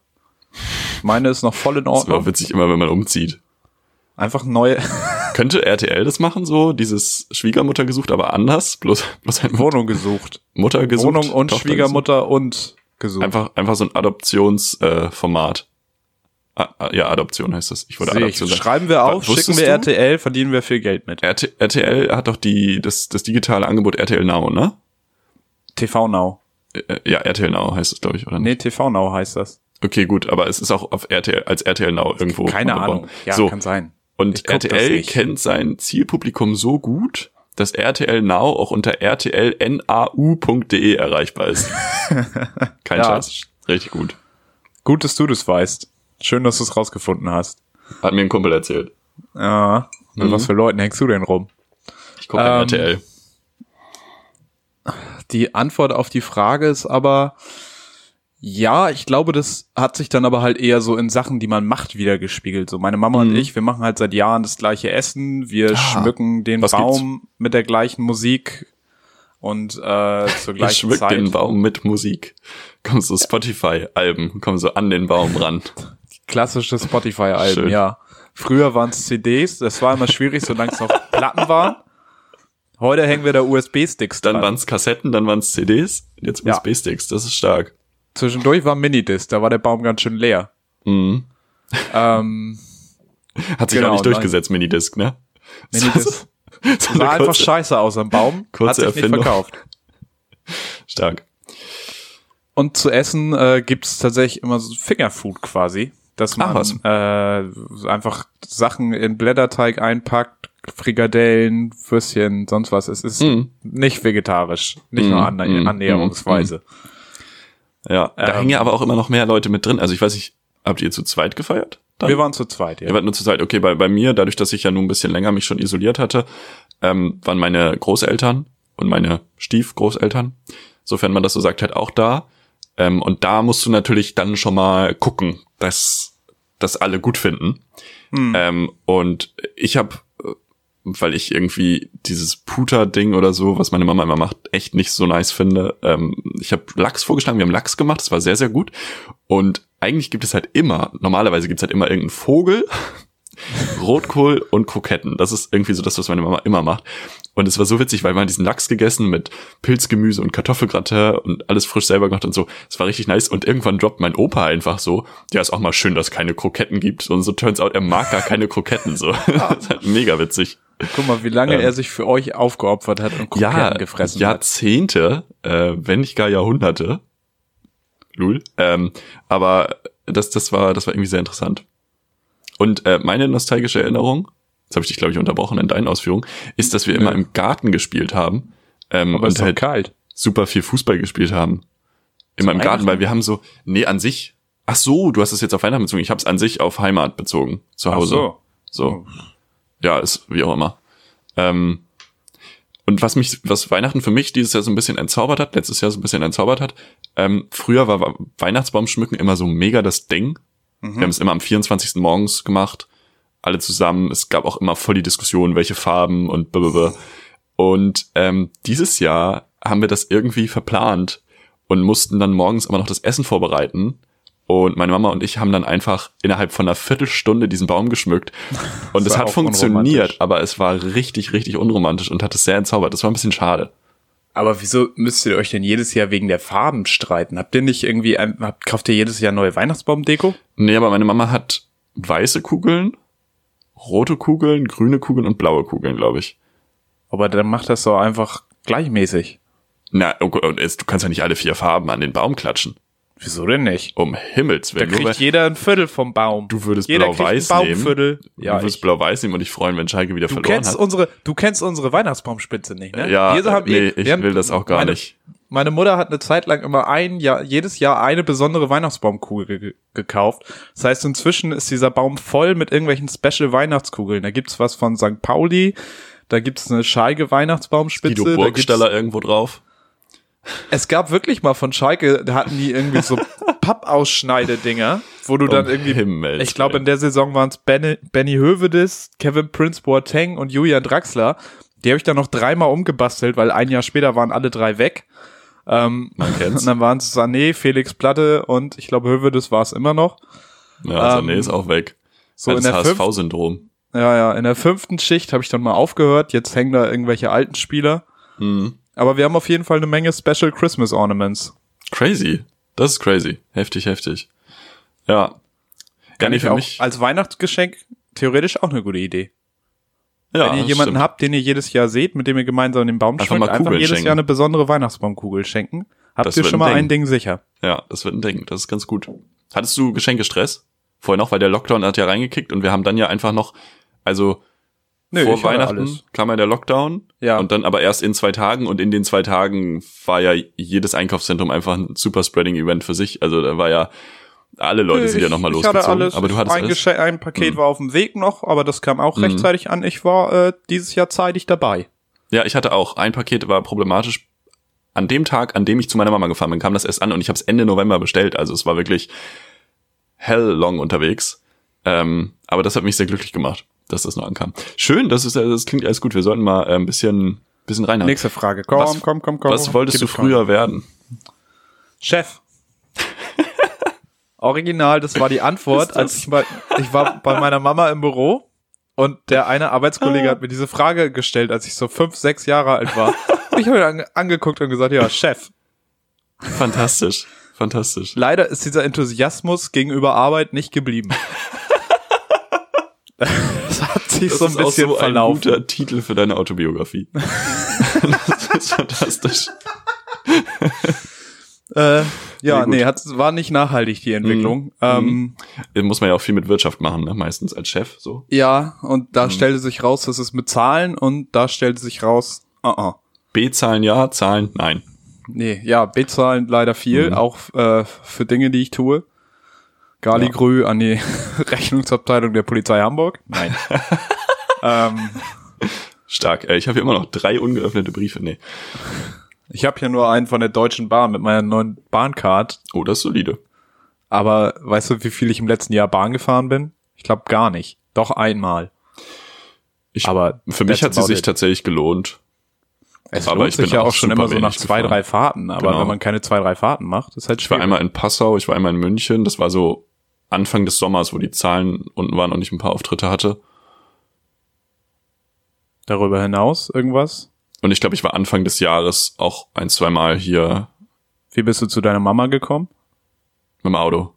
[SPEAKER 3] Meine ist noch voll in
[SPEAKER 1] Das war
[SPEAKER 3] Ordnung.
[SPEAKER 1] witzig immer, wenn man umzieht.
[SPEAKER 3] Einfach neue
[SPEAKER 1] Könnte RTL das machen, so dieses Schwiegermutter gesucht, aber anders, bloß, bloß halt
[SPEAKER 3] Wohnung gesucht.
[SPEAKER 1] Mutter gesucht.
[SPEAKER 3] Wohnung und
[SPEAKER 1] Tochter
[SPEAKER 3] Schwiegermutter und gesucht.
[SPEAKER 1] Gesucht. Einfach, einfach so ein Adoptionsformat. Äh, Format. Ah, ah, ja, Adoption heißt das. Ich wollte
[SPEAKER 3] Sehe ich.
[SPEAKER 1] Adoption sagen.
[SPEAKER 3] Schreiben wir auf,
[SPEAKER 1] Wusstest
[SPEAKER 3] schicken wir
[SPEAKER 1] du?
[SPEAKER 3] RTL, verdienen wir viel Geld mit.
[SPEAKER 1] RT RTL hat doch die, das, das digitale Angebot RTL Now, ne?
[SPEAKER 3] TV Now.
[SPEAKER 1] Äh, Ja, RTL Now heißt es, glaube ich, oder nicht?
[SPEAKER 3] Nee, TV Now heißt das.
[SPEAKER 1] Okay, gut, aber es ist auch auf RTL, als RTL Now irgendwo.
[SPEAKER 3] Keine
[SPEAKER 1] untergebracht.
[SPEAKER 3] Ahnung. Ja,
[SPEAKER 1] so,
[SPEAKER 3] kann sein. Ich
[SPEAKER 1] und
[SPEAKER 3] guck das
[SPEAKER 1] RTL
[SPEAKER 3] nicht.
[SPEAKER 1] kennt sein Zielpublikum so gut, dass RTL Now auch unter rtlnau.de E erreichbar ist. Kein
[SPEAKER 3] Ja.
[SPEAKER 1] Scheiß. Richtig gut.
[SPEAKER 3] Gut, dass du das weißt. Schön, dass du es rausgefunden hast.
[SPEAKER 1] Hat mir ein Kumpel erzählt.
[SPEAKER 3] Ja. Mit was für Leuten hängst du denn rum?
[SPEAKER 1] Ich gucke
[SPEAKER 3] Ähm,
[SPEAKER 1] RTL.
[SPEAKER 3] Die Antwort auf die Frage ist aber, ja, ich glaube, das hat sich dann aber halt eher so in Sachen, die man macht, wieder gespiegelt. So meine Mama und ich, wir machen halt seit Jahren das gleiche Essen, wir schmücken den
[SPEAKER 1] Was
[SPEAKER 3] Baum mit der gleichen Musik und äh, zur
[SPEAKER 1] Ich
[SPEAKER 3] gleichen
[SPEAKER 1] schmück
[SPEAKER 3] Zeit.
[SPEAKER 1] den Baum mit Musik. Kommen so Spotify-Alben, kommen so an den Baum ran.
[SPEAKER 3] Klassische Spotify-Alben,
[SPEAKER 1] Schön.
[SPEAKER 3] ja. Früher waren es CDs, das war immer schwierig, solange es noch Platten waren. Heute hängen wir da USB-Sticks
[SPEAKER 1] Dann
[SPEAKER 3] dran.
[SPEAKER 1] waren's Kassetten, dann waren's CDs, jetzt
[SPEAKER 3] Ja.
[SPEAKER 1] USB-Sticks, das ist stark.
[SPEAKER 3] Zwischendurch war Minidisc, da war der Baum ganz schön leer.
[SPEAKER 1] Mhm.
[SPEAKER 3] Ähm,
[SPEAKER 1] Hat sich
[SPEAKER 3] Genau,
[SPEAKER 1] auch nicht
[SPEAKER 3] nein.
[SPEAKER 1] durchgesetzt, Minidisc, ne? So
[SPEAKER 3] Minidisc
[SPEAKER 1] eine
[SPEAKER 3] sah einfach
[SPEAKER 1] kurze-
[SPEAKER 3] scheiße aus am Baum, hat
[SPEAKER 1] kurze
[SPEAKER 3] sich
[SPEAKER 1] Erfindung.
[SPEAKER 3] nicht verkauft.
[SPEAKER 1] stark.
[SPEAKER 3] Und zu essen äh, gibt's tatsächlich immer so Fingerfood quasi, dass
[SPEAKER 1] Ach,
[SPEAKER 3] man äh, einfach Sachen in Blätterteig einpackt, Frikadellen, Würstchen, sonst was. Es ist
[SPEAKER 1] Mhm.
[SPEAKER 3] nicht vegetarisch, nicht nur annä
[SPEAKER 1] mm,
[SPEAKER 3] annäherungsweise.
[SPEAKER 1] Ja, da
[SPEAKER 3] Ähm.
[SPEAKER 1] hängen ja aber auch immer noch mehr Leute mit drin. Also ich weiß nicht, habt ihr zu zweit gefeiert? Dann?
[SPEAKER 3] Wir waren zu zweit, ja.
[SPEAKER 1] Ihr wart nur zu zweit. Okay, bei, bei mir, dadurch, dass ich ja nun ein bisschen länger mich schon isoliert hatte, ähm, waren meine Großeltern und meine Stiefgroßeltern, sofern man das so sagt, halt auch da. Ähm, und da musst du natürlich dann schon mal gucken, dass das alle gut finden. Ähm, und ich habe, weil ich irgendwie dieses Puter-Ding oder so, was meine Mama immer macht, echt nicht so nice finde. Ähm, ich habe Lachs vorgeschlagen, wir haben Lachs gemacht, das war sehr, sehr gut. Und eigentlich gibt es halt immer, normalerweise gibt es halt immer irgendeinen Vogel, Rotkohl und Kroketten. Das ist irgendwie so das, was meine Mama immer macht. Und es war so witzig, weil wir haben diesen Lachs gegessen mit Pilzgemüse und Kartoffelgratin und alles frisch selber gemacht und so. Es war richtig nice. Und irgendwann droppt mein Opa einfach so, ja, ist auch mal schön, dass es keine Kroketten gibt. Und so turns out, er mag gar keine Kroketten. So. das ist halt mega witzig.
[SPEAKER 3] Guck mal, wie lange
[SPEAKER 1] Ähm.
[SPEAKER 3] er sich für euch aufgeopfert hat und Kroketten
[SPEAKER 1] Ja,
[SPEAKER 3] gefressen hat.
[SPEAKER 1] Jahrzehnte, äh, wenn nicht gar Jahrhunderte. Lul. Ähm, aber das, das, war, das war irgendwie sehr interessant. Und äh, meine nostalgische Erinnerung, jetzt habe ich dich, glaube ich, unterbrochen in deinen Ausführungen, ist, dass wir immer
[SPEAKER 3] Nö.
[SPEAKER 1] im Garten gespielt haben ähm,
[SPEAKER 3] Aber
[SPEAKER 1] und
[SPEAKER 3] ist doch
[SPEAKER 1] halt
[SPEAKER 3] kalt.
[SPEAKER 1] super viel Fußball gespielt haben. Immer im Garten,
[SPEAKER 3] Weihnachten?
[SPEAKER 1] weil wir haben so, nee, an sich, ach so, du hast es jetzt auf Weihnachten bezogen, ich habe es an sich auf Heimat bezogen, zu Hause. So. Ja, ist wie auch immer. Ähm, und was mich, was Weihnachten für mich dieses Jahr so ein bisschen entzaubert hat, letztes Jahr so ein bisschen entzaubert hat, ähm, früher war Wa- Weihnachtsbaumschmücken immer so mega das Ding. Wir haben es immer am 24. morgens gemacht, alle zusammen. Es gab auch immer voll die Diskussion, welche Farben und blablabla. Und ähm, dieses Jahr haben wir das irgendwie verplant und mussten dann morgens immer noch das Essen vorbereiten. Und meine Mama und ich haben dann einfach innerhalb von einer Viertelstunde diesen Baum geschmückt. Und
[SPEAKER 3] Das
[SPEAKER 1] es
[SPEAKER 3] war
[SPEAKER 1] hat
[SPEAKER 3] auch unromantisch.
[SPEAKER 1] funktioniert, aber es war richtig, richtig unromantisch und hat es sehr entzaubert. Das war ein bisschen schade.
[SPEAKER 3] Aber wieso müsst ihr euch denn jedes Jahr wegen der Farben streiten? Habt ihr nicht irgendwie, ein, habt, kauft ihr jedes Jahr neue Weihnachtsbaumdeko?
[SPEAKER 1] Nee, aber meine Mama hat weiße Kugeln, rote Kugeln, grüne Kugeln und blaue Kugeln, glaube ich.
[SPEAKER 3] Aber dann macht das doch einfach gleichmäßig.
[SPEAKER 1] Na, oh Gott, und jetzt, du kannst ja nicht alle vier Farben an den Baum klatschen.
[SPEAKER 3] Wieso denn nicht?
[SPEAKER 1] Um Himmels
[SPEAKER 3] Da
[SPEAKER 1] Willen. Nur weil-
[SPEAKER 3] kriegt jeder ein Viertel vom Baum.
[SPEAKER 1] du würdest
[SPEAKER 3] jeder kriegt
[SPEAKER 1] blau-weiß
[SPEAKER 3] ein
[SPEAKER 1] nehmen.
[SPEAKER 3] Baumviertel. Ja,
[SPEAKER 1] du würdest
[SPEAKER 3] ich-
[SPEAKER 1] blau-weiß nehmen und dich freuen, wenn Schalke wieder
[SPEAKER 3] Du
[SPEAKER 1] verloren
[SPEAKER 3] kennst
[SPEAKER 1] hat.
[SPEAKER 3] unsere, du kennst unsere Weihnachtsbaumspitze nicht, ne?
[SPEAKER 1] Ja,
[SPEAKER 3] Wir haben
[SPEAKER 1] nee,
[SPEAKER 3] eh-
[SPEAKER 1] ich
[SPEAKER 3] wir haben-
[SPEAKER 1] will das auch gar
[SPEAKER 3] meine,
[SPEAKER 1] nicht.
[SPEAKER 3] Meine Mutter hat eine Zeit lang immer ein Jahr, jedes Jahr eine besondere Weihnachtsbaumkugel ge gekauft. Das heißt, inzwischen ist dieser Baum voll mit irgendwelchen Special Weihnachtskugeln. Da gibt's was von St. Pauli, da gibt's eine Schalke Weihnachtsbaumspitze.
[SPEAKER 1] Guido
[SPEAKER 3] da gibt's-
[SPEAKER 1] Burgstaller irgendwo drauf.
[SPEAKER 3] Es gab wirklich mal von Schalke, da hatten die irgendwie so Pappausschneidedinger, wo du dann
[SPEAKER 1] Um
[SPEAKER 3] irgendwie
[SPEAKER 1] Himmels
[SPEAKER 3] ich glaube,
[SPEAKER 1] Willen.
[SPEAKER 3] in der Saison waren es Benny, Benny Hövedes, Kevin Prince Boateng und Julian Draxler. Die habe ich dann noch dreimal umgebastelt, weil ein Jahr später waren alle drei weg. Ähm,
[SPEAKER 1] Man kennt's.
[SPEAKER 3] und dann waren es Sané, Felix Platte und ich glaube Hövedes war es immer noch.
[SPEAKER 1] Ja, also
[SPEAKER 3] ähm,
[SPEAKER 1] nee, ist auch weg.
[SPEAKER 3] So
[SPEAKER 1] das
[SPEAKER 3] in der, fünf,
[SPEAKER 1] HSV-Syndrom.
[SPEAKER 3] ja, ja, in der fünften Schicht habe ich dann mal aufgehört. Jetzt hängen da irgendwelche alten Spieler.
[SPEAKER 1] Hm.
[SPEAKER 3] Aber wir haben auf jeden Fall eine Menge Special Christmas Ornaments.
[SPEAKER 1] Crazy. Das ist crazy. Heftig, heftig. Ja.
[SPEAKER 3] Kann
[SPEAKER 1] nee,
[SPEAKER 3] ich auch als Weihnachtsgeschenk theoretisch auch eine gute Idee.
[SPEAKER 1] ja,
[SPEAKER 3] Wenn ihr
[SPEAKER 1] das
[SPEAKER 3] jemanden
[SPEAKER 1] stimmt.
[SPEAKER 3] habt, den ihr jedes Jahr seht, mit dem ihr gemeinsam den Baum
[SPEAKER 1] Einfach
[SPEAKER 3] schmückt,
[SPEAKER 1] mal
[SPEAKER 3] einfach
[SPEAKER 1] Kugeln
[SPEAKER 3] jedes
[SPEAKER 1] schenken.
[SPEAKER 3] Jahr eine besondere Weihnachtsbaumkugel schenken. Habt
[SPEAKER 1] Das
[SPEAKER 3] ihr
[SPEAKER 1] wird
[SPEAKER 3] schon
[SPEAKER 1] ein
[SPEAKER 3] mal
[SPEAKER 1] Ding.
[SPEAKER 3] ein Ding sicher.
[SPEAKER 1] Ja, das wird ein Ding. Das ist ganz gut. Hattest du Geschenkestress? Vorher noch, weil der Lockdown hat ja reingekickt und wir haben dann ja einfach noch, also vor
[SPEAKER 3] ich hatte
[SPEAKER 1] Weihnachten
[SPEAKER 3] alles.
[SPEAKER 1] kam ja der Lockdown.
[SPEAKER 3] Ja.
[SPEAKER 1] Und dann aber erst in zwei Tagen und in den zwei Tagen war ja jedes Einkaufszentrum einfach ein super Spreading-Event für sich. Also da war ja, alle Leute sind ja nochmal
[SPEAKER 3] ich hatte
[SPEAKER 1] losgezogen.
[SPEAKER 3] alles.
[SPEAKER 1] aber du hattest
[SPEAKER 3] ein,
[SPEAKER 1] alles.
[SPEAKER 3] Geschenk- ein Paket
[SPEAKER 1] Mhm.
[SPEAKER 3] war auf dem Weg noch, aber das kam auch rechtzeitig an. Ich war äh, dieses Jahr zeitig dabei.
[SPEAKER 1] Ja, ich hatte auch. Ein Paket war problematisch. An dem Tag, an dem ich zu meiner Mama gefahren bin, kam das erst an und ich habe es Ende November bestellt. Also es war wirklich hell long unterwegs. Ähm, aber das hat mich sehr glücklich gemacht, dass das noch ankam. Schön, das ist, äh, das klingt alles gut. Wir sollten mal äh, ein bisschen, bisschen reinhauen.
[SPEAKER 3] Nächste Frage. Komm,
[SPEAKER 1] Was-
[SPEAKER 3] komm, komm, komm.
[SPEAKER 1] Was wolltest du
[SPEAKER 3] Gib Gas.
[SPEAKER 1] früher werden?
[SPEAKER 3] Chef. Original, das war die Antwort,
[SPEAKER 1] Ist das-
[SPEAKER 3] als ich bei, ich war bei meiner Mama im Büro und der eine
[SPEAKER 1] Ah.
[SPEAKER 3] Arbeitskollege hat mir diese Frage gestellt, als ich so fünf, sechs Jahre alt war. Und ich habe ihn ange angeguckt und gesagt, ja, Chef.
[SPEAKER 1] Fantastisch. Fantastisch.
[SPEAKER 3] Leider ist dieser Enthusiasmus gegenüber Arbeit nicht geblieben. Das hat sich so ein
[SPEAKER 1] auch
[SPEAKER 3] bisschen verlaufen.
[SPEAKER 1] Ein guter Titel für deine Autobiografie. das ist fantastisch.
[SPEAKER 3] Äh,
[SPEAKER 1] Sehr
[SPEAKER 3] ja,
[SPEAKER 1] gut.
[SPEAKER 3] nee, hat, war nicht nachhaltig, die Entwicklung. Ähm,
[SPEAKER 1] Äh, Muss man ja auch viel mit Wirtschaft machen, ne? meistens als Chef. So.
[SPEAKER 3] Ja, und da stellte sich raus, das ist mit Zahlen und da stellte sich raus, uh -uh.
[SPEAKER 1] B-Zahlen ja, Zahlen nein.
[SPEAKER 3] Nee, ja, bezahlen leider viel,
[SPEAKER 1] Mhm.
[SPEAKER 3] auch äh, für Dinge, die ich tue. Galigrü an die Rechnungsabteilung der Polizei Hamburg. Nein. ähm,
[SPEAKER 1] Stark. Äh, Ich habe hier immer noch drei ungeöffnete Briefe. Nee.
[SPEAKER 3] ich habe hier nur einen von der Deutschen Bahn mit meiner neuen Bahncard,
[SPEAKER 1] Oh, das ist solide.
[SPEAKER 3] aber weißt du, wie viel ich im letzten Jahr Bahn gefahren bin? Ich glaube gar nicht. Doch einmal.
[SPEAKER 1] Ich,
[SPEAKER 3] Aber
[SPEAKER 1] für mich
[SPEAKER 3] that's
[SPEAKER 1] hat sie
[SPEAKER 3] about
[SPEAKER 1] sich
[SPEAKER 3] it.
[SPEAKER 1] tatsächlich gelohnt.
[SPEAKER 3] es
[SPEAKER 1] aber
[SPEAKER 3] lohnt
[SPEAKER 1] ich
[SPEAKER 3] sich
[SPEAKER 1] bin
[SPEAKER 3] ja
[SPEAKER 1] auch
[SPEAKER 3] auch schon
[SPEAKER 1] super
[SPEAKER 3] immer so nach
[SPEAKER 1] wenig
[SPEAKER 3] zwei,
[SPEAKER 1] gefahren.
[SPEAKER 3] drei Fahrten, aber
[SPEAKER 1] Genau.
[SPEAKER 3] wenn man keine zwei, drei Fahrten macht, ist halt
[SPEAKER 1] Ich war
[SPEAKER 3] schwierig.
[SPEAKER 1] einmal in Passau, ich war einmal in München. Das war so Anfang des Sommers, wo die Zahlen unten waren und ich ein paar Auftritte hatte.
[SPEAKER 3] Darüber hinaus irgendwas?
[SPEAKER 1] Und ich glaube, ich war Anfang des Jahres auch ein, zweimal hier
[SPEAKER 3] Wie bist du zu deiner Mama gekommen?
[SPEAKER 1] mit dem Auto.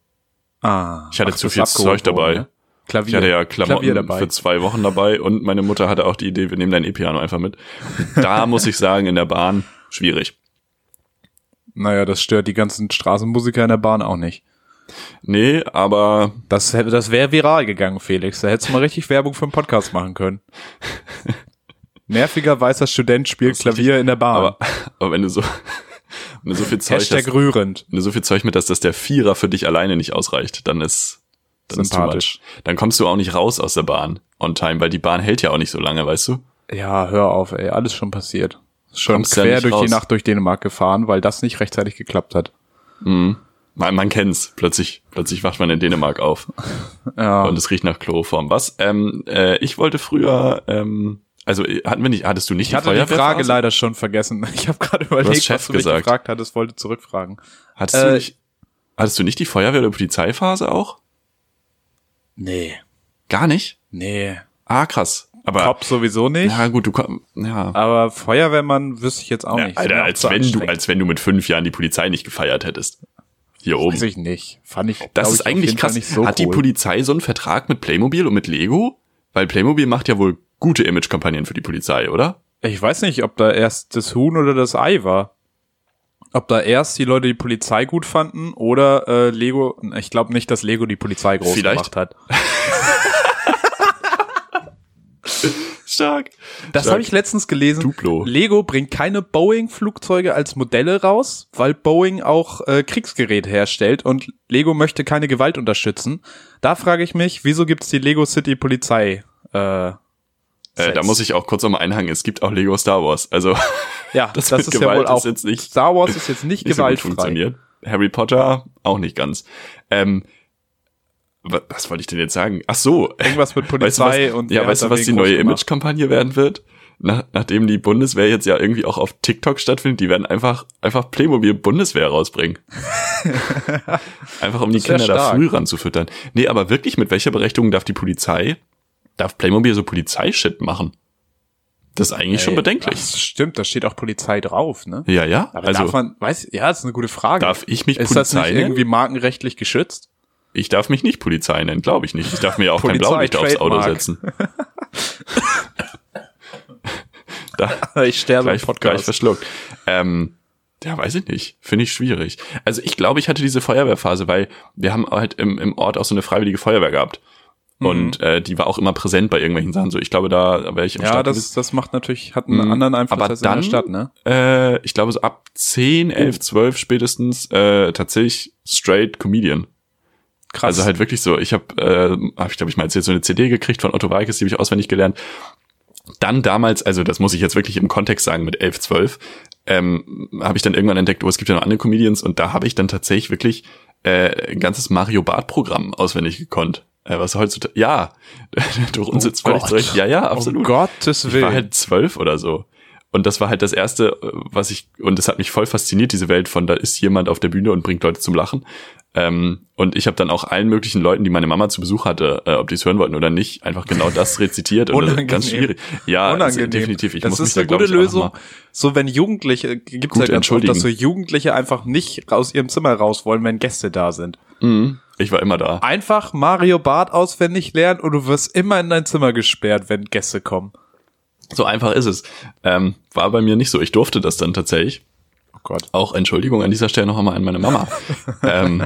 [SPEAKER 3] Ah,
[SPEAKER 1] Ich hatte
[SPEAKER 3] ach,
[SPEAKER 1] zu
[SPEAKER 3] bist
[SPEAKER 1] viel
[SPEAKER 3] abgeholt
[SPEAKER 1] Zeug dabei.
[SPEAKER 3] worden, ne? Klavier.
[SPEAKER 1] Ich hatte ja Klamotten
[SPEAKER 3] Klavier dabei.
[SPEAKER 1] für zwei Wochen dabei und meine Mutter hatte auch die Idee, wir nehmen dein E-Piano einfach mit. Da muss ich sagen, in der Bahn schwierig.
[SPEAKER 3] Naja, das stört die ganzen Straßenmusiker in der Bahn auch nicht.
[SPEAKER 1] Nee, aber
[SPEAKER 3] Das, hätte- das wäre viral gegangen, Felix. Da hättest du mal richtig Werbung für einen Podcast machen können. Nerviger weißer Student spielt Klavier in der Bahn.
[SPEAKER 1] Aber, aber wenn du so, wenn du so viel Zeug hast,
[SPEAKER 3] Ah. Hashtag
[SPEAKER 1] wenn
[SPEAKER 3] rührend.
[SPEAKER 1] du so viel Zeug mit hast, dass der Vierer für dich alleine nicht ausreicht, dann ist, dann ist too
[SPEAKER 3] Sympathisch.
[SPEAKER 1] much. Dann kommst du auch nicht raus aus der Bahn on time, weil die Bahn hält ja auch nicht so lange, weißt du?
[SPEAKER 3] Ja, hör auf, ey. Alles schon passiert. Schon
[SPEAKER 1] Kommst ja
[SPEAKER 3] quer
[SPEAKER 1] nicht
[SPEAKER 3] durch
[SPEAKER 1] raus.
[SPEAKER 3] die Nacht durch Dänemark gefahren, weil das nicht rechtzeitig geklappt hat.
[SPEAKER 1] Man, man kennt's. Plötzlich, plötzlich wacht man in Dänemark auf.
[SPEAKER 3] Ja.
[SPEAKER 1] Und es riecht nach Chloroform. Was? Ähm, äh, ich wollte früher, ähm, also äh, hatten wir nicht, hattest du nicht
[SPEAKER 3] Ich hatte die Frage
[SPEAKER 1] Feuerwehrphase?
[SPEAKER 3] leider schon vergessen. Ich habe gerade überlegt,
[SPEAKER 1] Chef
[SPEAKER 3] was du mich
[SPEAKER 1] gesagt.
[SPEAKER 3] gefragt hattest, wollte zurückfragen.
[SPEAKER 1] Hattest, du
[SPEAKER 3] Äh,
[SPEAKER 1] nicht, hattest du nicht die Feuerwehr- oder Polizeiphase auch?
[SPEAKER 3] Nee,
[SPEAKER 1] Gar nicht?
[SPEAKER 3] nee.
[SPEAKER 1] Ah, krass. Aber,
[SPEAKER 3] Cop sowieso nicht.
[SPEAKER 1] ja gut, du komm, ja.
[SPEAKER 3] Aber Feuerwehrmann wüsste ich jetzt auch
[SPEAKER 1] Ja,
[SPEAKER 3] nicht.
[SPEAKER 1] Alter, als wenn, du, als wenn du mit fünf Jahren die Polizei nicht gefeiert hättest. Hier oben.
[SPEAKER 3] Weiß Also, ich nicht. Fand ich. glaub
[SPEAKER 1] das
[SPEAKER 3] ich,
[SPEAKER 1] ist
[SPEAKER 3] auf
[SPEAKER 1] eigentlich
[SPEAKER 3] jeden Fall
[SPEAKER 1] krass.
[SPEAKER 3] Nicht so
[SPEAKER 1] Hat die
[SPEAKER 3] cool.
[SPEAKER 1] Polizei so einen Vertrag mit Playmobil und mit Lego? Weil Playmobil macht ja wohl gute Image-Kampagnen für die Polizei, oder?
[SPEAKER 3] Ich weiß nicht, ob da erst das Huhn oder das Ei war. Ob da erst die Leute die Polizei gut fanden oder äh, Lego. Ich glaube nicht, dass Lego die Polizei groß
[SPEAKER 1] Vielleicht.
[SPEAKER 3] gemacht hat.
[SPEAKER 1] Stark.
[SPEAKER 3] Das
[SPEAKER 1] Stark.
[SPEAKER 3] habe ich letztens gelesen.
[SPEAKER 1] Duplo.
[SPEAKER 3] Lego bringt keine Boeing-Flugzeuge als Modelle raus, weil Boeing auch äh, Kriegsgerät herstellt und Lego möchte keine Gewalt unterstützen. Da frage ich mich, wieso gibt's die Lego City Polizei? Äh,
[SPEAKER 1] Äh, da muss ich auch kurz nochmal einhangen. Es gibt auch Lego Star Wars. Also
[SPEAKER 3] ja,
[SPEAKER 1] das
[SPEAKER 3] das,
[SPEAKER 1] mit
[SPEAKER 3] ist ja
[SPEAKER 1] Gewalt
[SPEAKER 3] wohl
[SPEAKER 1] ist
[SPEAKER 3] auch.
[SPEAKER 1] jetzt nicht-
[SPEAKER 3] Star Wars ist jetzt nicht,
[SPEAKER 1] nicht so gut
[SPEAKER 3] gewaltfrei.
[SPEAKER 1] funktioniert. Harry Potter auch nicht ganz. Ähm, wa- was wollte ich denn jetzt sagen? Ach so.
[SPEAKER 3] Irgendwas mit
[SPEAKER 1] Weißt du,
[SPEAKER 3] Polizei
[SPEAKER 1] was,
[SPEAKER 3] und
[SPEAKER 1] ja,
[SPEAKER 3] wer
[SPEAKER 1] weißt du,
[SPEAKER 3] hat
[SPEAKER 1] was
[SPEAKER 3] da
[SPEAKER 1] die
[SPEAKER 3] wen
[SPEAKER 1] neue
[SPEAKER 3] groß gemacht?
[SPEAKER 1] Image-Kampagne werden wird? Nach, nachdem die Bundeswehr jetzt ja irgendwie auch auf TikTok stattfindet, die werden einfach, einfach Playmobil Bundeswehr rausbringen. einfach um die
[SPEAKER 3] wär
[SPEAKER 1] Kinder da
[SPEAKER 3] stark.
[SPEAKER 1] früh ranzufüttern. Nee, aber wirklich, mit welcher Berechtigung darf die Polizei, darf Playmobil so Polizeishit machen? Das ist eigentlich schon
[SPEAKER 3] Ey,
[SPEAKER 1] bedenklich.
[SPEAKER 3] Ach, stimmt, da steht auch Polizei drauf, ne?
[SPEAKER 1] Ja, ja.
[SPEAKER 3] Aber
[SPEAKER 1] also,
[SPEAKER 3] darf man, weiß, ja, das ist eine gute Frage.
[SPEAKER 1] darf ich mich
[SPEAKER 3] ist das
[SPEAKER 1] Polizei
[SPEAKER 3] nicht
[SPEAKER 1] nennen?
[SPEAKER 3] irgendwie markenrechtlich geschützt?
[SPEAKER 1] Ich darf mich nicht Polizei nennen, glaube ich nicht. Ich darf mir auch kein
[SPEAKER 3] Polizei,
[SPEAKER 1] Blaulicht aufs Auto
[SPEAKER 3] Trademark.
[SPEAKER 1] setzen. da,
[SPEAKER 3] Ich sterbe
[SPEAKER 1] gleich,
[SPEAKER 3] im Podcast.
[SPEAKER 1] gleich verschluckt. Ähm, ja, weiß ich nicht. Finde ich schwierig. Also ich glaube, ich hatte diese Feuerwehrphase, weil wir haben halt im, im Ort auch so eine freiwillige Feuerwehr gehabt.
[SPEAKER 3] Mhm.
[SPEAKER 1] Und äh, die war auch immer präsent bei irgendwelchen Sachen. So, ich glaube, da wäre ich im
[SPEAKER 3] Ja,
[SPEAKER 1] Start
[SPEAKER 3] das, das macht natürlich, hat einen
[SPEAKER 1] Mhm.
[SPEAKER 3] anderen Einfluss
[SPEAKER 1] Aber
[SPEAKER 3] als
[SPEAKER 1] dann-
[SPEAKER 3] in der Stadt, ne?
[SPEAKER 1] äh, ich glaube, so ab
[SPEAKER 3] Oh.
[SPEAKER 1] 10, 11, 12 spätestens äh, tatsächlich straight Comedian.
[SPEAKER 3] Krass.
[SPEAKER 1] Also halt wirklich so, ich habe, äh, hab ich glaube ich mal erzählt, so eine CD gekriegt von Otto Walkes, die habe ich auswendig gelernt. Dann damals, also das muss ich jetzt wirklich im Kontext sagen mit 11, 12, ähm, habe ich dann irgendwann entdeckt, oh, es gibt ja noch andere Comedians und da habe ich dann tatsächlich wirklich äh, ein ganzes Mario Bart Programm auswendig gekonnt. Äh, was heutzutage, ja, durch uns jetzt völlig
[SPEAKER 3] Oh Gott.
[SPEAKER 1] zurecht. Ja, ja, absolut.
[SPEAKER 3] Um Gottes
[SPEAKER 1] Ich war
[SPEAKER 3] Willen.
[SPEAKER 1] halt zwölf oder so. Und das war halt das erste, äh, was ich, und das hat mich voll fasziniert, diese Welt von, da ist jemand auf der Bühne und bringt Leute zum Lachen. Ähm, und ich habe dann auch allen möglichen Leuten, die meine Mama zu Besuch hatte, äh, ob die es hören wollten oder nicht, einfach genau das rezitiert. und das ist ganz
[SPEAKER 3] Unangenehm.
[SPEAKER 1] schwierig. Ja, also
[SPEAKER 3] Unangenehm.
[SPEAKER 1] definitiv. Ich
[SPEAKER 3] das
[SPEAKER 1] muss
[SPEAKER 3] ist
[SPEAKER 1] mich da,
[SPEAKER 3] eine
[SPEAKER 1] glaub
[SPEAKER 3] gute
[SPEAKER 1] ich, auch noch
[SPEAKER 3] Lösung.
[SPEAKER 1] mal-
[SPEAKER 3] So, wenn Jugendliche, äh, gibt's
[SPEAKER 1] Gut
[SPEAKER 3] ja ganz oft,
[SPEAKER 1] entschuldigen.
[SPEAKER 3] dass so Jugendliche einfach nicht aus ihrem Zimmer raus wollen, wenn Gäste da sind.
[SPEAKER 1] Mhm. Ich war immer da.
[SPEAKER 3] Einfach Mario Bart auswendig lernen und du wirst immer in dein Zimmer gesperrt, wenn Gäste kommen.
[SPEAKER 1] So einfach ist es. Ähm, war bei mir nicht so. Ich durfte das dann tatsächlich.
[SPEAKER 3] Oh Gott.
[SPEAKER 1] Auch Entschuldigung an dieser Stelle noch einmal an meine Mama. ähm,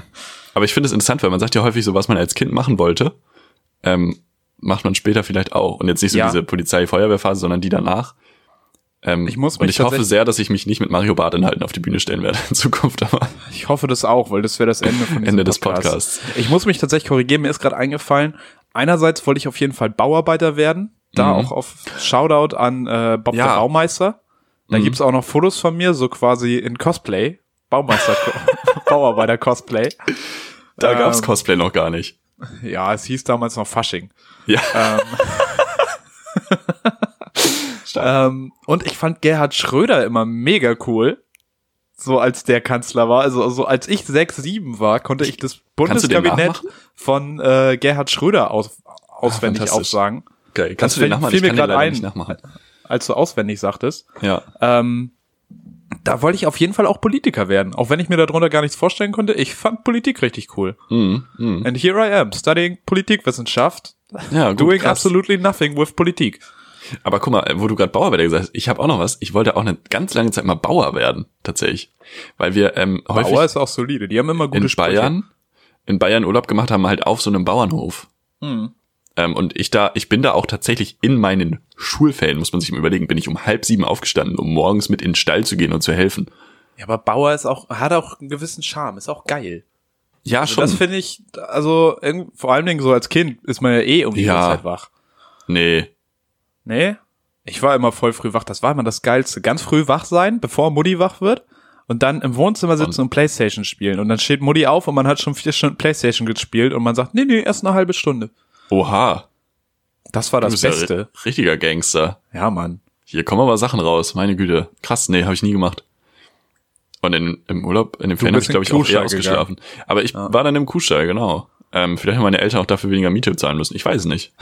[SPEAKER 1] aber ich finde es interessant, weil man sagt ja häufig so, was man als Kind machen wollte, ähm, macht man später vielleicht auch. Und jetzt nicht so
[SPEAKER 3] Ja.
[SPEAKER 1] diese Polizei-Feuerwehrphase, sondern die danach. Ähm,
[SPEAKER 3] Ich muss
[SPEAKER 1] und
[SPEAKER 3] mich
[SPEAKER 1] ich hoffe
[SPEAKER 3] tatsächlich-
[SPEAKER 1] sehr, dass ich mich nicht mit Mario Barth inhalten auf die Bühne stellen werde in Zukunft. Aber
[SPEAKER 3] Ich hoffe das auch, weil das wäre das Ende von diesem
[SPEAKER 1] Ende des
[SPEAKER 3] Podcast. Ich muss mich tatsächlich korrigieren, mir ist gerade eingefallen, einerseits wollte ich auf jeden Fall Bauarbeiter werden, da
[SPEAKER 1] Mhm.
[SPEAKER 3] auch auf Shoutout an äh, Bob
[SPEAKER 1] Ja.
[SPEAKER 3] der Baumeister. Da
[SPEAKER 1] Mhm.
[SPEAKER 3] gibt's auch noch Fotos von mir, so quasi in Cosplay. Baumeister, Bauarbeiter Cosplay.
[SPEAKER 1] da
[SPEAKER 3] Ähm.
[SPEAKER 1] gab's Cosplay noch gar nicht.
[SPEAKER 3] Ja, es hieß damals noch Fasching.
[SPEAKER 1] Ja,
[SPEAKER 3] Ähm, ähm, und ich fand Gerhard Schröder immer mega cool. So als der Kanzler war, also so als ich sechs, sieben war, konnte ich das
[SPEAKER 1] Kannst du den
[SPEAKER 3] Bundeskabinett
[SPEAKER 1] nachmachen? Ah,
[SPEAKER 3] von äh, Gerhard Schröder aus, auswendig
[SPEAKER 1] fantastisch.
[SPEAKER 3] aufsagen,
[SPEAKER 1] geil. Kannst du
[SPEAKER 3] das
[SPEAKER 1] den
[SPEAKER 3] fiel-
[SPEAKER 1] nachmachen?
[SPEAKER 3] fiel
[SPEAKER 1] Ich
[SPEAKER 3] mir
[SPEAKER 1] kann den
[SPEAKER 3] grad
[SPEAKER 1] leider
[SPEAKER 3] ein.
[SPEAKER 1] nicht nachmachen.
[SPEAKER 3] als du auswendig sagtest.
[SPEAKER 1] Ja.
[SPEAKER 3] Ähm, da wollte ich auf jeden Fall auch Politiker werden, auch wenn ich mir darunter gar nichts vorstellen konnte. Ich fand Politik richtig cool.
[SPEAKER 1] Mhm. Mhm.
[SPEAKER 3] And here I am, studying Politikwissenschaft,
[SPEAKER 1] Ja, gut,
[SPEAKER 3] doing
[SPEAKER 1] krass.
[SPEAKER 3] absolutely nothing with Politik.
[SPEAKER 1] Aber guck mal, wo du gerade Bauarbeiter gesagt hast, ich habe auch noch was. Ich wollte auch eine ganz lange Zeit mal Bauer werden, tatsächlich. Weil wir ähm, häufig
[SPEAKER 3] Bauer ist auch solide, die haben immer gute
[SPEAKER 1] in
[SPEAKER 3] Sprüche.
[SPEAKER 1] Bayern, in Bayern Urlaub gemacht haben, halt auf so einem Bauernhof.
[SPEAKER 3] Mhm.
[SPEAKER 1] Ähm, und ich da, ich bin da auch tatsächlich in meinen Schulferien, muss man sich mal überlegen, bin ich um halb sieben aufgestanden, um morgens mit in den Stall zu gehen und zu helfen.
[SPEAKER 3] Ja, aber Bauer ist auch, hat auch einen gewissen Charme, ist auch geil.
[SPEAKER 1] Ja,
[SPEAKER 3] Also
[SPEAKER 1] schon.
[SPEAKER 3] das finde ich, also irgend- vor allen Dingen so als Kind ist man ja eh um die
[SPEAKER 1] Ja.
[SPEAKER 3] Uhrzeit wach.
[SPEAKER 1] nee.
[SPEAKER 3] Nee? Ich war immer voll früh wach, das war immer das Geilste. Ganz früh wach sein, bevor Mutti wach wird und dann im Wohnzimmer sitzen und, Playstation spielen. Und dann steht Mutti auf und man hat schon vier Stunden Playstation gespielt und man sagt, nee, nee, erst eine halbe Stunde.
[SPEAKER 1] Oha.
[SPEAKER 3] Das war
[SPEAKER 1] du
[SPEAKER 3] das
[SPEAKER 1] bist ja
[SPEAKER 3] Beste.
[SPEAKER 1] ri- richtiger Gangster.
[SPEAKER 3] Ja, Mann.
[SPEAKER 1] Hier kommen aber Sachen raus, meine Güte. Krass, nee, habe ich nie gemacht. Und in, im Urlaub, in den Ferien habe ich,
[SPEAKER 3] bist in
[SPEAKER 1] glaube ich, auch eher
[SPEAKER 3] Kuhstall gegangen.
[SPEAKER 1] ausgeschlafen. Aber ich war dann im Kuhstall, genau. Ähm, vielleicht haben meine Eltern auch dafür weniger Miete zahlen müssen. Ich weiß es nicht.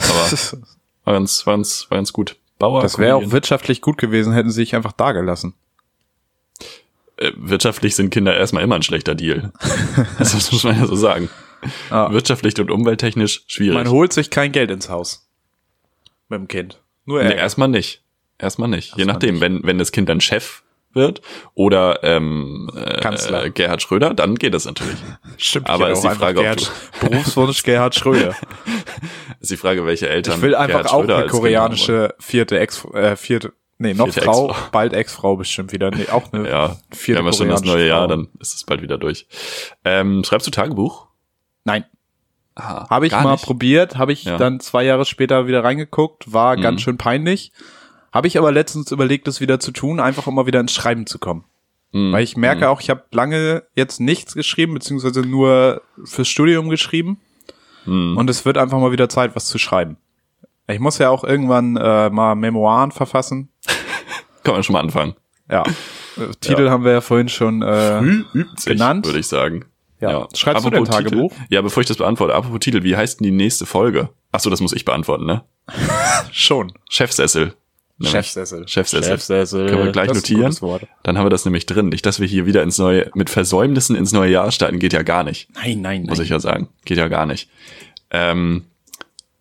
[SPEAKER 1] Aber war ganz, war ganz, war ganz gut. Bauer,
[SPEAKER 3] das wäre auch
[SPEAKER 1] Comedian.
[SPEAKER 3] wirtschaftlich gut gewesen, hätten sie sich einfach da gelassen.
[SPEAKER 1] äh, wirtschaftlich sind Kinder erstmal immer ein schlechter Deal. Also, das muss man ja so sagen.
[SPEAKER 3] Ah.
[SPEAKER 1] Wirtschaftlich und umwelttechnisch schwierig.
[SPEAKER 3] Man holt sich kein Geld ins Haus. Mit dem Kind. Nur
[SPEAKER 1] nee,
[SPEAKER 3] er.
[SPEAKER 1] erstmal nicht. Erstmal nicht. Je
[SPEAKER 3] Erstmal
[SPEAKER 1] nachdem,
[SPEAKER 3] nicht.
[SPEAKER 1] wenn, wenn das Kind dann Chef wird oder ähm, äh,
[SPEAKER 3] Kanzler.
[SPEAKER 1] Gerhard Schröder, dann geht das natürlich.
[SPEAKER 3] Stimmt,
[SPEAKER 1] Aber
[SPEAKER 3] ich
[SPEAKER 1] ist
[SPEAKER 3] hätte
[SPEAKER 1] die
[SPEAKER 3] auch einfach
[SPEAKER 1] Frage, ob
[SPEAKER 3] Gerhard, Berufswunsch Gerhard Schröder.
[SPEAKER 1] Ist die Frage, welche Eltern.
[SPEAKER 3] Ich will einfach
[SPEAKER 1] Gerhard
[SPEAKER 3] auch
[SPEAKER 1] Schröder
[SPEAKER 3] eine
[SPEAKER 1] als Kind haben wollen.
[SPEAKER 3] koreanische vierte Ex, äh, vierte, nee, noch
[SPEAKER 1] Vierte
[SPEAKER 3] Frau,
[SPEAKER 1] Ex-Frau.
[SPEAKER 3] bald Ex-Frau bestimmt wieder. Nee, auch eine
[SPEAKER 1] Ja, wir
[SPEAKER 3] vierte
[SPEAKER 1] haben ja schon das
[SPEAKER 3] koreanische
[SPEAKER 1] neue Jahr,
[SPEAKER 3] Frau.
[SPEAKER 1] dann ist es bald wieder durch. Ähm, schreibst du Tagebuch?
[SPEAKER 3] Nein,
[SPEAKER 1] Ah,
[SPEAKER 3] habe ich
[SPEAKER 1] gar
[SPEAKER 3] mal
[SPEAKER 1] nicht.
[SPEAKER 3] probiert, habe ich
[SPEAKER 1] Ja. Mhm.
[SPEAKER 3] dann zwei Jahre später wieder reingeguckt, war ganz schön peinlich. Habe ich aber letztens überlegt, das wieder zu tun, einfach immer wieder ins Schreiben zu kommen.
[SPEAKER 1] Mhm.
[SPEAKER 3] Weil ich merke auch, ich habe lange jetzt nichts geschrieben, beziehungsweise nur fürs Studium geschrieben.
[SPEAKER 1] Mhm.
[SPEAKER 3] Und es wird einfach mal wieder Zeit, was zu schreiben. Ich muss ja auch irgendwann äh, mal Memoiren verfassen.
[SPEAKER 1] Kann man schon mal anfangen.
[SPEAKER 3] Ja. Äh, Titel haben wir ja vorhin schon. Äh,
[SPEAKER 1] Übt sich,
[SPEAKER 3] Genannt?
[SPEAKER 1] würde ich sagen.
[SPEAKER 3] Ja. Schreibst du denn Tagebuch?
[SPEAKER 1] Titel, ja, bevor ich das beantworte, apropos Titel, wie heißt denn die nächste Folge? Ach so, das muss ich beantworten, ne?
[SPEAKER 3] schon.
[SPEAKER 1] Chefsessel. nämlich.
[SPEAKER 3] Chefsessel.
[SPEAKER 1] Chefsessel.
[SPEAKER 3] Chefsessel.
[SPEAKER 1] Können wir gleich
[SPEAKER 3] Das ist ein
[SPEAKER 1] notieren.
[SPEAKER 3] gutes Wort.
[SPEAKER 1] Dann haben wir das nämlich drin. Nicht, dass wir hier wieder ins neue, mit Versäumnissen ins neue Jahr starten, geht ja gar nicht.
[SPEAKER 3] Nein, nein,
[SPEAKER 1] muss
[SPEAKER 3] nein.
[SPEAKER 1] ich ja sagen. Geht ja gar nicht. Ähm,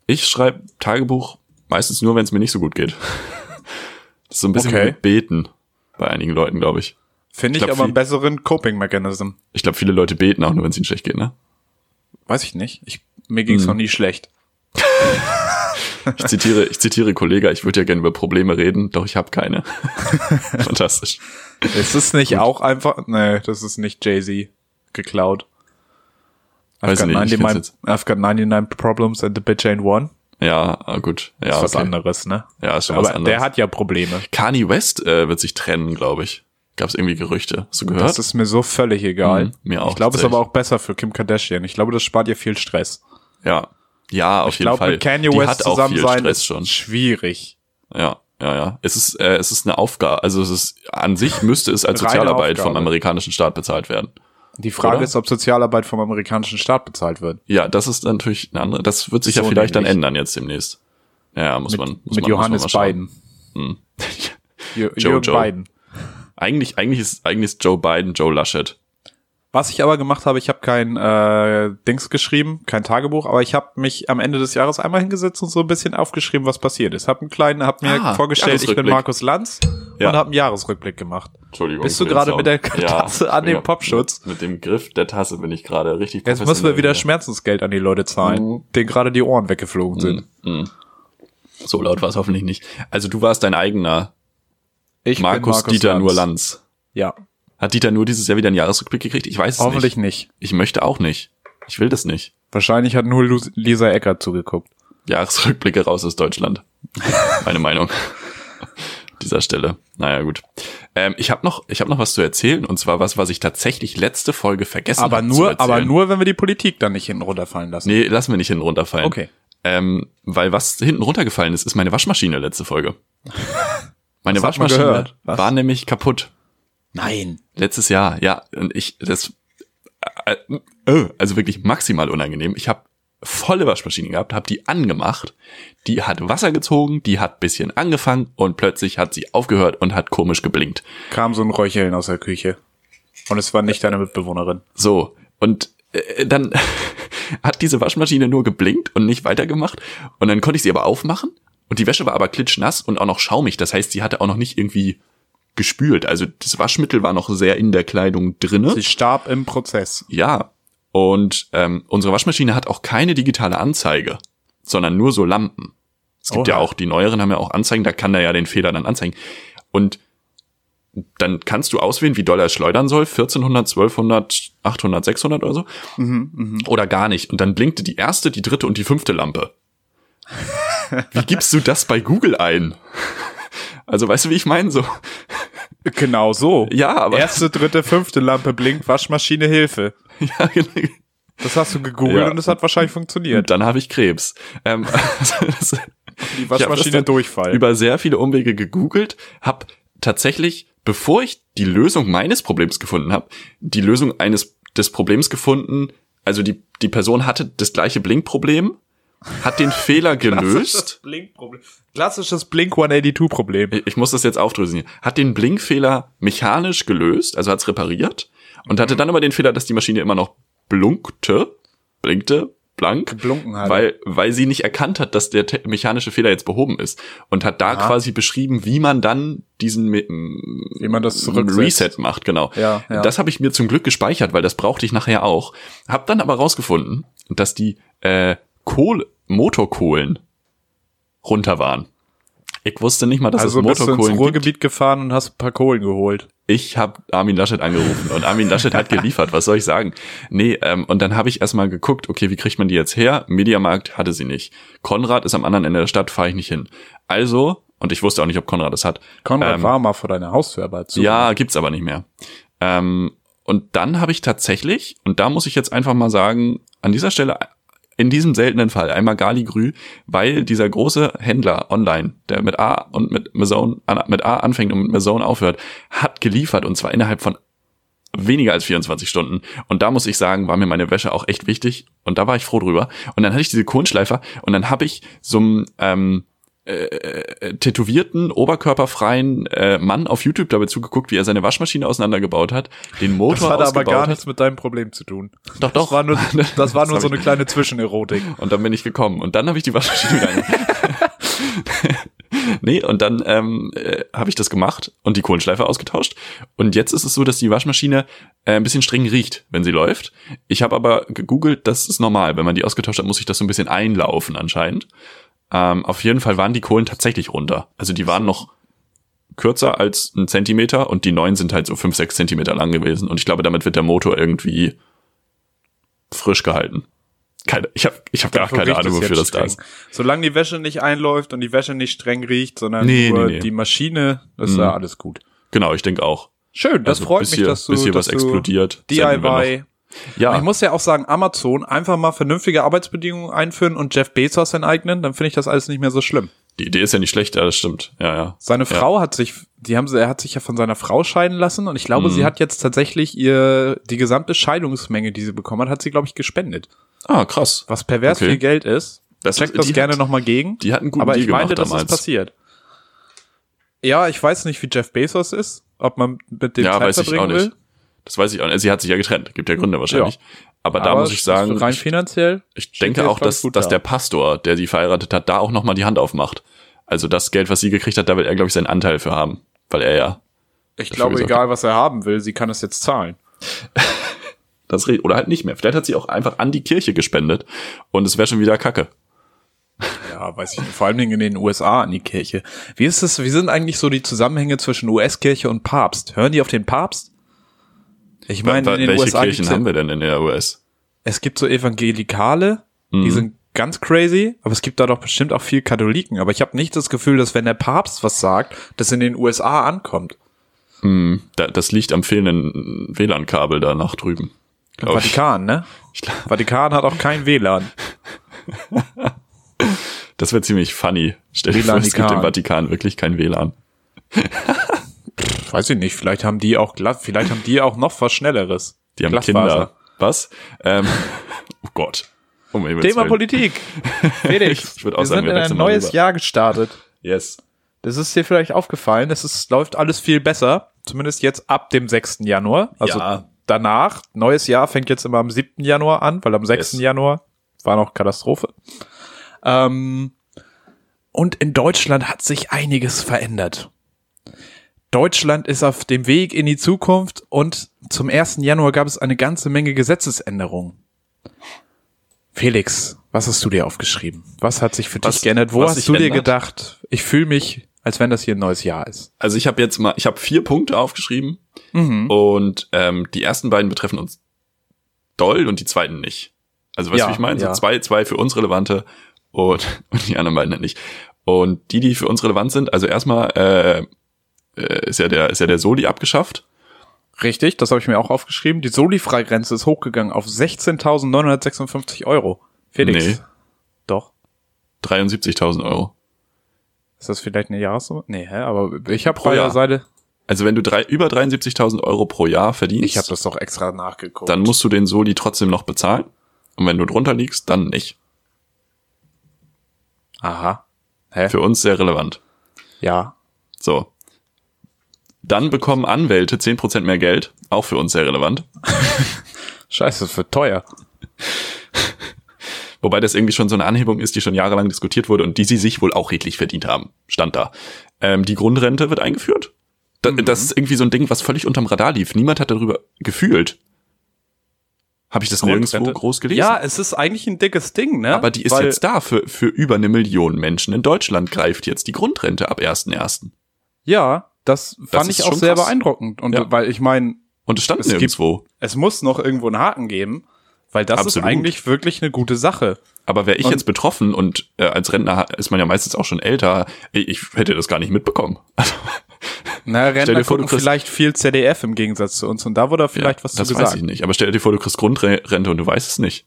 [SPEAKER 1] ich schreibe Tagebuch meistens nur, wenn es mir nicht so gut geht. das ist so ein bisschen
[SPEAKER 3] Okay.
[SPEAKER 1] wie mit Beten bei einigen Leuten, glaube ich.
[SPEAKER 3] Finde ich,
[SPEAKER 1] Ich glaub,
[SPEAKER 3] aber einen
[SPEAKER 1] viel-
[SPEAKER 3] besseren Coping-Mechanism.
[SPEAKER 1] Ich glaube, viele Leute beten auch nur, wenn es ihnen schlecht geht, ne?
[SPEAKER 3] Weiß ich nicht. Ich, mir
[SPEAKER 1] Mhm.
[SPEAKER 3] ging's noch nie schlecht.
[SPEAKER 1] Ich zitiere, ich zitiere Kollege, ich würde ja gerne über Probleme reden, doch ich habe keine. Fantastisch.
[SPEAKER 3] Ist es nicht auch einfach. Nee, das ist nicht Jay-Z geklaut.
[SPEAKER 1] Weiß
[SPEAKER 3] I've
[SPEAKER 1] nicht,
[SPEAKER 3] got,
[SPEAKER 1] ich kann's
[SPEAKER 3] 99,
[SPEAKER 1] jetzt-
[SPEAKER 3] I've got 99 problems and the bitch ain't one.
[SPEAKER 1] Ja, ah, gut. Ja,
[SPEAKER 3] Ist was
[SPEAKER 1] okay.
[SPEAKER 3] anderes, ne?
[SPEAKER 1] Ja, ist schon
[SPEAKER 3] Aber
[SPEAKER 1] was anderes.
[SPEAKER 3] der hat ja Probleme.
[SPEAKER 1] Kanye West äh, wird sich trennen, glaube ich. Gab es irgendwie Gerüchte? Hast du gehört?
[SPEAKER 3] Das ist mir so völlig egal.
[SPEAKER 1] Mhm, mir auch,
[SPEAKER 3] ich glaube, es ist
[SPEAKER 1] tatsächlich.
[SPEAKER 3] aber auch besser für Kim Kardashian. Ich glaube, das spart ihr viel Stress.
[SPEAKER 1] ja. Ja, auf
[SPEAKER 3] Ich
[SPEAKER 1] jeden
[SPEAKER 3] glaube,
[SPEAKER 1] Fall.
[SPEAKER 3] mit Kanye
[SPEAKER 1] Die
[SPEAKER 3] West
[SPEAKER 1] hat auch
[SPEAKER 3] zusammen
[SPEAKER 1] viel
[SPEAKER 3] sein
[SPEAKER 1] Stress
[SPEAKER 3] ist
[SPEAKER 1] schon.
[SPEAKER 3] schwierig.
[SPEAKER 1] Ja, ja, ja. Es ist, äh, es ist eine Aufgabe. Also es ist an sich müsste es als
[SPEAKER 3] Reine
[SPEAKER 1] Sozialarbeit
[SPEAKER 3] Aufgabe.
[SPEAKER 1] vom amerikanischen Staat bezahlt werden.
[SPEAKER 3] Die Frage
[SPEAKER 1] Oder?
[SPEAKER 3] ist, ob Sozialarbeit vom amerikanischen Staat bezahlt wird.
[SPEAKER 1] Ja, das ist natürlich eine andere. Das wird sich ja
[SPEAKER 3] So
[SPEAKER 1] vielleicht dann
[SPEAKER 3] nämlich.
[SPEAKER 1] ändern jetzt demnächst. Ja, muss man. Muss
[SPEAKER 3] Mit
[SPEAKER 1] man,
[SPEAKER 3] Johannes
[SPEAKER 1] muss man mal schauen.
[SPEAKER 3] Biden. Jo
[SPEAKER 1] Joe,
[SPEAKER 3] Jürgen
[SPEAKER 1] Joe.
[SPEAKER 3] Biden.
[SPEAKER 1] Eigentlich, eigentlich ist, eigentlich ist Joe Biden Joe Laschet.
[SPEAKER 3] Was ich aber gemacht habe, ich habe kein äh, Dings geschrieben, kein Tagebuch, aber ich habe mich am Ende des Jahres einmal hingesetzt und so ein bisschen aufgeschrieben, was passiert ist. Hab einen kleinen, hab mir
[SPEAKER 1] Ah,
[SPEAKER 3] vorgestellt, ich bin
[SPEAKER 1] Jahresrückblick.
[SPEAKER 3] Markus Lanz
[SPEAKER 1] Ja.
[SPEAKER 3] und habe einen Jahresrückblick gemacht.
[SPEAKER 1] Entschuldigung.
[SPEAKER 3] Bist du
[SPEAKER 1] für den
[SPEAKER 3] gerade
[SPEAKER 1] Sound.
[SPEAKER 3] mit der Tasse an dem Popschutz?
[SPEAKER 1] Mit dem Griff der Tasse bin ich gerade richtig.
[SPEAKER 3] Jetzt müssen wir wieder
[SPEAKER 1] professionell
[SPEAKER 3] Schmerzensgeld an die Leute zahlen, denen gerade die Ohren weggeflogen sind.
[SPEAKER 1] Mm, hier. So laut war es hoffentlich nicht. Also du warst dein eigener
[SPEAKER 3] Ich bin
[SPEAKER 1] Markus, Dieter nur Lanz.
[SPEAKER 3] Ja,
[SPEAKER 1] Hat Dieter nur dieses Jahr wieder einen Jahresrückblick gekriegt? Ich weiß es
[SPEAKER 3] hoffentlich
[SPEAKER 1] nicht.
[SPEAKER 3] nicht.
[SPEAKER 1] Ich möchte auch nicht. Ich will das nicht.
[SPEAKER 3] Wahrscheinlich hat nur Lu- Lisa Eckert zugeguckt.
[SPEAKER 1] Jahresrückblicke raus aus Deutschland. Meine Meinung. Dieser Stelle. Naja, gut. Ähm, ich habe noch, ich hab noch was zu erzählen und zwar was, was ich tatsächlich letzte Folge vergessen
[SPEAKER 3] Aber
[SPEAKER 1] hab zu
[SPEAKER 3] nur,
[SPEAKER 1] erzählen.
[SPEAKER 3] aber nur, wenn wir die Politik dann nicht hinten runterfallen lassen.
[SPEAKER 1] Nee, lass mir nicht hinten runterfallen.
[SPEAKER 3] Okay.
[SPEAKER 1] Ähm, weil was hinten runtergefallen ist, ist meine Waschmaschine letzte Folge. Meine
[SPEAKER 3] Das hat man
[SPEAKER 1] Waschmaschine
[SPEAKER 3] gehört. Was?
[SPEAKER 1] war nämlich kaputt.
[SPEAKER 3] Nein.
[SPEAKER 1] Letztes Jahr, ja. Und ich, das, äh, äh, also wirklich maximal unangenehm. Ich habe volle Waschmaschine gehabt, habe die angemacht, die hat Wasser gezogen, die hat bisschen angefangen und plötzlich hat sie aufgehört und hat komisch geblinkt.
[SPEAKER 3] kam so ein Räucheln aus der Küche. Und es war nicht deine Mitbewohnerin.
[SPEAKER 1] So, und äh, dann hat diese Waschmaschine nur geblinkt und nicht weitergemacht. Und dann konnte ich sie aber aufmachen. Und die Wäsche war aber klitschnass und auch noch schaumig. Das heißt, sie hatte auch noch nicht irgendwie gespült. Also das Waschmittel war noch sehr in der Kleidung drinne.
[SPEAKER 3] Sie starb im Prozess.
[SPEAKER 1] Ja. Und ähm, unsere Waschmaschine hat auch keine digitale Anzeige, sondern nur so Lampen. Es gibt ja
[SPEAKER 3] Oha.
[SPEAKER 1] auch, die neueren haben ja auch Anzeigen, da kann der ja den Fehler dann anzeigen. Und dann kannst du auswählen, wie doll er schleudern soll, 1400, 1200, 800, 600 oder so. Oder gar nicht. Und dann blinkte die erste, die dritte und die fünfte Lampe. Wie gibst du das bei Google ein? Also weißt du, wie ich meine? So,
[SPEAKER 3] Genau so.
[SPEAKER 1] ja, aber
[SPEAKER 3] Erste, dritte, fünfte Lampe blinkt, Waschmaschine Hilfe.
[SPEAKER 1] ja, genau.
[SPEAKER 3] Das hast du gegoogelt
[SPEAKER 1] Ja.
[SPEAKER 3] und es hat wahrscheinlich funktioniert.
[SPEAKER 1] dann habe ich Krebs. Ähm, das,
[SPEAKER 3] Die
[SPEAKER 1] Ich hab das
[SPEAKER 3] Waschmaschine
[SPEAKER 1] dann
[SPEAKER 3] Durchfall.
[SPEAKER 1] Über sehr viele Umwege gegoogelt, habe tatsächlich, bevor ich die Lösung meines Problems gefunden habe, die Lösung eines des Problems gefunden. Also die die Person hatte das gleiche Blinkproblem, hat den Fehler gelöst.
[SPEAKER 3] Blink-Problem. Klassisches Blink 182-Problem.
[SPEAKER 1] Ich muss das jetzt aufdröseln. hier. Hat den Blinkfehler mechanisch gelöst, also
[SPEAKER 3] Mhm.
[SPEAKER 1] hat's repariert und hatte dann aber den Fehler, dass die Maschine immer noch blunkte, blinkte, blank,
[SPEAKER 3] Geblunken hat.
[SPEAKER 1] weil, weil sie nicht erkannt hat, dass der te- mechanische Fehler jetzt behoben ist. Und hat da
[SPEAKER 3] Aha.
[SPEAKER 1] quasi beschrieben, wie man dann diesen Me- m-
[SPEAKER 3] Wie man das zurücksetzt.
[SPEAKER 1] Reset macht, genau.
[SPEAKER 3] Ja, ja.
[SPEAKER 1] Das habe ich mir zum Glück gespeichert, weil das brauchte ich nachher auch. Hab dann aber rausgefunden, dass die äh, Kohle, Motorkohlen runter waren. Ich wusste nicht mal, dass
[SPEAKER 3] also
[SPEAKER 1] es
[SPEAKER 3] bist du ins
[SPEAKER 1] Motorkohlen gibt.
[SPEAKER 3] Ruhrgebiet gefahren und hast ein paar Kohlen geholt.
[SPEAKER 1] Ich habe Armin Laschet angerufen und Armin Laschet hat geliefert, was soll ich sagen? Nee, ähm, und dann habe ich erstmal geguckt, okay, wie kriegt man die jetzt her? Mediamarkt hatte sie nicht. Konrad ist am anderen Ende der Stadt, fahre ich nicht hin. Also, und ich wusste auch nicht, ob Konrad es hat.
[SPEAKER 3] Konrad
[SPEAKER 1] Ähm,
[SPEAKER 3] war mal vor deiner Haustür aber zu.
[SPEAKER 1] Ja, gibt's aber nicht mehr. Ähm, und dann habe ich tatsächlich, und da muss ich jetzt einfach mal sagen, an dieser Stelle, in diesem seltenen Fall, einmal Gali Grü, weil dieser große Händler online, der mit A und mit Maison, an- mit A anfängt und mit Maison aufhört, hat geliefert und zwar innerhalb von weniger als 24 Stunden. Und da muss ich sagen, war mir meine Wäsche auch echt wichtig. Und da war ich froh drüber. Und dann hatte ich diese Kohlenschleifer und dann habe ich so einen ähm, äh, tätowierten, oberkörperfreien äh, Mann auf YouTube dabei zugeguckt, wie er seine Waschmaschine auseinandergebaut hat, den Motor
[SPEAKER 3] Das hatte aber
[SPEAKER 1] ausgebaut
[SPEAKER 3] gar
[SPEAKER 1] hat.
[SPEAKER 3] nichts mit deinem Problem zu tun.
[SPEAKER 1] Doch, doch.
[SPEAKER 3] Das war nur, das war nur
[SPEAKER 1] hab
[SPEAKER 3] so
[SPEAKER 1] ich-
[SPEAKER 3] eine kleine Zwischenerotik.
[SPEAKER 1] Und dann bin ich gekommen. Und dann habe ich die Waschmaschine wieder angemacht. Nee, und dann ähm, äh, habe ich das gemacht und die Kohlenschleife ausgetauscht. Und jetzt ist es so, dass die Waschmaschine äh, ein bisschen streng riecht, wenn sie läuft. Ich habe aber gegoogelt, das ist normal. Wenn man die ausgetauscht hat, muss ich das so ein bisschen einlaufen anscheinend. Ähm, auf jeden Fall waren die Kohlen tatsächlich runter. Also die waren noch kürzer als ein Zentimeter und die neuen sind halt so fünf, sechs Zentimeter lang gewesen. Und ich glaube, damit wird der Motor irgendwie frisch gehalten. Keine, ich habe ich hab gar keine
[SPEAKER 3] Riecht
[SPEAKER 1] Ahnung,
[SPEAKER 3] es
[SPEAKER 1] wofür
[SPEAKER 3] jetzt
[SPEAKER 1] das da ist.
[SPEAKER 3] streng. Solange die Wäsche nicht einläuft und die Wäsche nicht streng riecht, sondern
[SPEAKER 1] Nee,
[SPEAKER 3] nur
[SPEAKER 1] nee, nee.
[SPEAKER 3] die Maschine, ist ja alles gut.
[SPEAKER 1] Genau, ich denke auch.
[SPEAKER 3] Schön, das
[SPEAKER 1] Also,
[SPEAKER 3] freut
[SPEAKER 1] bis
[SPEAKER 3] mich,
[SPEAKER 1] hier-
[SPEAKER 3] dass du,
[SPEAKER 1] bis hier
[SPEAKER 3] dass
[SPEAKER 1] was explodiert,
[SPEAKER 3] du
[SPEAKER 1] senden wir noch.
[SPEAKER 3] DIY.
[SPEAKER 1] Ja,
[SPEAKER 3] Ich muss ja auch sagen, Amazon einfach mal vernünftige Arbeitsbedingungen einführen und Jeff Bezos enteignen, dann finde ich das alles nicht mehr so schlimm.
[SPEAKER 1] die Idee ist ja nicht schlecht, ja, das stimmt. Ja, ja.
[SPEAKER 3] Seine
[SPEAKER 1] Ja.
[SPEAKER 3] Frau hat sich, die haben sie, er hat sich ja von seiner Frau scheiden lassen und ich glaube,
[SPEAKER 1] Mhm.
[SPEAKER 3] sie hat jetzt tatsächlich ihr die gesamte Scheidungsmenge, die sie bekommen hat, hat sie glaube ich gespendet.
[SPEAKER 1] Ah, krass.
[SPEAKER 3] Was pervers
[SPEAKER 1] Okay.
[SPEAKER 3] viel Geld ist.
[SPEAKER 1] Das-
[SPEAKER 3] Checkt
[SPEAKER 1] die
[SPEAKER 3] das gerne
[SPEAKER 1] hat-
[SPEAKER 3] nochmal gegen.
[SPEAKER 1] die hat einen guten
[SPEAKER 3] Aber ich
[SPEAKER 1] Deal
[SPEAKER 3] meinte,
[SPEAKER 1] gemacht
[SPEAKER 3] das ist
[SPEAKER 1] damals.
[SPEAKER 3] passiert. Ja, ich weiß nicht, wie Jeff Bezos ist, ob man mit dem
[SPEAKER 1] ja,
[SPEAKER 3] Zeit
[SPEAKER 1] weiß ich auch
[SPEAKER 3] verbringen
[SPEAKER 1] nicht.
[SPEAKER 3] will.
[SPEAKER 1] Das weiß ich auch nicht. Sie hat sich ja getrennt, gibt ja Gründe wahrscheinlich.
[SPEAKER 3] Ja.
[SPEAKER 1] Aber da
[SPEAKER 3] Aber
[SPEAKER 1] muss ich sagen,
[SPEAKER 3] rein
[SPEAKER 1] ich,
[SPEAKER 3] finanziell.
[SPEAKER 1] ich
[SPEAKER 3] steht
[SPEAKER 1] denke
[SPEAKER 3] ihr
[SPEAKER 1] auch,
[SPEAKER 3] ganz
[SPEAKER 1] dass,
[SPEAKER 3] gut
[SPEAKER 1] dass
[SPEAKER 3] da.
[SPEAKER 1] der Pastor, der sie verheiratet hat, da auch nochmal die Hand aufmacht. Also das Geld, was sie gekriegt hat, da will er, glaube ich, seinen Anteil für haben. Weil er ja
[SPEAKER 3] Ich
[SPEAKER 1] schon
[SPEAKER 3] glaube,
[SPEAKER 1] gesagt.
[SPEAKER 3] egal was er haben will, sie kann es jetzt zahlen.
[SPEAKER 1] das redet. Oder halt nicht mehr. Vielleicht hat sie auch einfach an die Kirche gespendet und es wäre schon wieder Kacke.
[SPEAKER 3] Ja, weiß ich. nicht. Vor allen Dingen in den USA an die Kirche. Wie ist es, wie sind eigentlich so die Zusammenhänge zwischen US-Kirche und Papst? Hören die auf den Papst? Ich meine,
[SPEAKER 1] Wel-
[SPEAKER 3] in den
[SPEAKER 1] welche
[SPEAKER 3] USA
[SPEAKER 1] Kirchen
[SPEAKER 3] gibt's ja-
[SPEAKER 1] haben wir denn in der US?
[SPEAKER 3] es gibt so Evangelikale,
[SPEAKER 1] Mhm.
[SPEAKER 3] die sind ganz crazy, aber es gibt da doch bestimmt auch viel Katholiken. Aber ich habe nicht das Gefühl, dass wenn der Papst was sagt, das in den USA ankommt.
[SPEAKER 1] Da, das liegt am fehlenden WLAN-Kabel da nach drüben. glaub ich.
[SPEAKER 3] Vatikan, ne?
[SPEAKER 1] Oh. Ich glaub,
[SPEAKER 3] Vatikan hat auch kein WLAN.
[SPEAKER 1] Das wäre ziemlich funny. Stell dir vor, es gibt
[SPEAKER 3] WLAN-Ikan.
[SPEAKER 1] im Vatikan wirklich kein WLAN.
[SPEAKER 3] Weiß ich nicht, vielleicht haben die auch glatt, vielleicht haben die auch noch was Schnelleres.
[SPEAKER 1] Die haben Kinder. Was? Ähm, oh Gott. Um Himmels
[SPEAKER 3] Thema
[SPEAKER 1] Willen.
[SPEAKER 3] Politik. Felix,
[SPEAKER 1] Ich würd auch
[SPEAKER 3] wir
[SPEAKER 1] sagen,
[SPEAKER 3] sind
[SPEAKER 1] wir
[SPEAKER 3] in
[SPEAKER 1] wechseln
[SPEAKER 3] ein
[SPEAKER 1] mal
[SPEAKER 3] neues
[SPEAKER 1] rüber.
[SPEAKER 3] Jahr gestartet.
[SPEAKER 1] Yes.
[SPEAKER 3] Das ist dir vielleicht aufgefallen. Es ist, läuft alles viel besser. Zumindest jetzt ab dem 6. Januar. Also
[SPEAKER 1] Ja.
[SPEAKER 3] danach. Neues Jahr fängt jetzt immer am 7. Januar an, weil am 6.
[SPEAKER 1] Yes.
[SPEAKER 3] Januar war noch Katastrophe. Ähm, und in Deutschland hat sich einiges verändert. Deutschland ist auf dem Weg in die Zukunft und zum 1. Januar gab es eine ganze Menge Gesetzesänderungen. Felix, was hast du dir aufgeschrieben? Was hat sich für
[SPEAKER 1] Was-
[SPEAKER 3] dich geändert? Wo
[SPEAKER 1] was
[SPEAKER 3] hast
[SPEAKER 1] sich
[SPEAKER 3] du dir
[SPEAKER 1] ändert?
[SPEAKER 3] gedacht? Ich fühle mich, als wenn das hier ein neues Jahr ist.
[SPEAKER 1] Also ich habe jetzt mal, ich habe vier Punkte aufgeschrieben Mhm.
[SPEAKER 3] Mhm.
[SPEAKER 1] und ähm, die ersten beiden betreffen uns doll und die zweiten nicht. Also weißt
[SPEAKER 3] Ja,
[SPEAKER 1] du, wie ich meine?
[SPEAKER 3] ja.
[SPEAKER 1] So zwei, zwei für uns relevante und, und die anderen beiden halt nicht. Und die, die für uns relevant sind, also erstmal äh, äh, ist ja der ist ja der Soli abgeschafft.
[SPEAKER 3] Richtig, das habe ich mir auch aufgeschrieben. Die Soli-Freigrenze ist hochgegangen auf 16.956 Euro. Felix.
[SPEAKER 1] Nee.
[SPEAKER 3] Doch.
[SPEAKER 1] 73.000 Euro.
[SPEAKER 3] Ist das vielleicht eine Jahressumme? Nee, hä? aber ich habe
[SPEAKER 1] Pro
[SPEAKER 3] bei der
[SPEAKER 1] Jahr.
[SPEAKER 3] Seite.
[SPEAKER 1] Also wenn du drei, über 73.000 Euro pro Jahr verdienst,
[SPEAKER 3] Ich habe das doch extra nachgeguckt.
[SPEAKER 1] dann musst du den Soli trotzdem noch bezahlen. Und wenn du drunter liegst, dann nicht.
[SPEAKER 3] Aha. Hä?
[SPEAKER 1] Für uns sehr relevant.
[SPEAKER 3] ja.
[SPEAKER 1] So. Dann bekommen Anwälte 10% mehr Geld, auch für uns sehr relevant.
[SPEAKER 3] Scheiße, das wird teuer.
[SPEAKER 1] Wobei das irgendwie schon so eine Anhebung ist, die schon jahrelang diskutiert wurde und die sie sich wohl auch redlich verdient haben. Stand da. Ähm, die Grundrente wird eingeführt. Da,
[SPEAKER 3] Mhm.
[SPEAKER 1] Das ist irgendwie so ein Ding, was völlig unterm Radar lief. Niemand hat darüber gefühlt. Habe ich das nirgendwo
[SPEAKER 3] Grundrente?
[SPEAKER 1] groß gelesen?
[SPEAKER 3] Ja, es ist eigentlich ein dickes Ding, ne?
[SPEAKER 1] Aber die ist
[SPEAKER 3] Weil-
[SPEAKER 1] jetzt da. Für, für über eine Million Menschen in Deutschland greift jetzt die Grundrente ab 1.1.
[SPEAKER 3] Ja, das fand
[SPEAKER 1] Das ist
[SPEAKER 3] ich auch
[SPEAKER 1] schon
[SPEAKER 3] sehr
[SPEAKER 1] krass.
[SPEAKER 3] beeindruckend. Und
[SPEAKER 1] Ja.
[SPEAKER 3] weil ich meine,
[SPEAKER 1] Und es stand
[SPEAKER 3] Es gibt-
[SPEAKER 1] nirgendwo.
[SPEAKER 3] es muss noch irgendwo einen Haken geben, weil das
[SPEAKER 1] Absolut.
[SPEAKER 3] ist eigentlich wirklich eine gute Sache.
[SPEAKER 1] Aber wäre ich
[SPEAKER 3] Und-
[SPEAKER 1] jetzt betroffen und äh, als Rentner ist man ja meistens auch schon älter, ich, ich hätte das gar nicht mitbekommen. Also,
[SPEAKER 3] Na,
[SPEAKER 1] Stell
[SPEAKER 3] Rentner
[SPEAKER 1] dir vor, du
[SPEAKER 3] gucken
[SPEAKER 1] kriegst-
[SPEAKER 3] vielleicht viel ZDF im Gegensatz zu uns und da wurde vielleicht was
[SPEAKER 1] das
[SPEAKER 3] zu
[SPEAKER 1] weiß ich
[SPEAKER 3] gesagt.
[SPEAKER 1] nicht. Aber stell dir vor, du kriegst Grundrente und du weißt es nicht.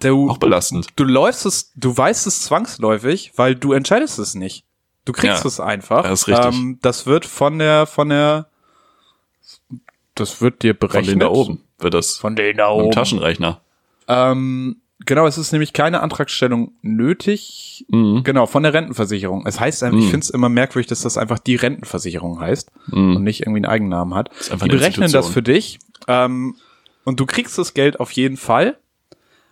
[SPEAKER 3] Du,
[SPEAKER 1] Auch belastend.
[SPEAKER 3] du läufst es, du weißt es zwangsläufig, weil du entscheidest es nicht. Du kriegst
[SPEAKER 1] Ja,
[SPEAKER 3] es einfach. Ähm,
[SPEAKER 1] das ist richtig.
[SPEAKER 3] das wird von der, von der, das wird dir
[SPEAKER 1] Von
[SPEAKER 3] berechnet.
[SPEAKER 1] denen da oben wird das.
[SPEAKER 3] Von denen da
[SPEAKER 1] Mit dem
[SPEAKER 3] oben.
[SPEAKER 1] Taschenrechner.
[SPEAKER 3] Ähm, genau, es ist nämlich keine Antragstellung nötig.
[SPEAKER 1] Mhm.
[SPEAKER 3] Genau, von der Rentenversicherung. Es heißt einfach,
[SPEAKER 1] Mhm.
[SPEAKER 3] ich finde es immer merkwürdig, dass das einfach die Rentenversicherung heißt und nicht irgendwie einen Eigennamen hat.
[SPEAKER 1] Mhm. Ist einfach
[SPEAKER 3] Die
[SPEAKER 1] eine
[SPEAKER 3] berechnen das
[SPEAKER 1] Institution.
[SPEAKER 3] für dich ähm, und du kriegst das Geld auf jeden Fall.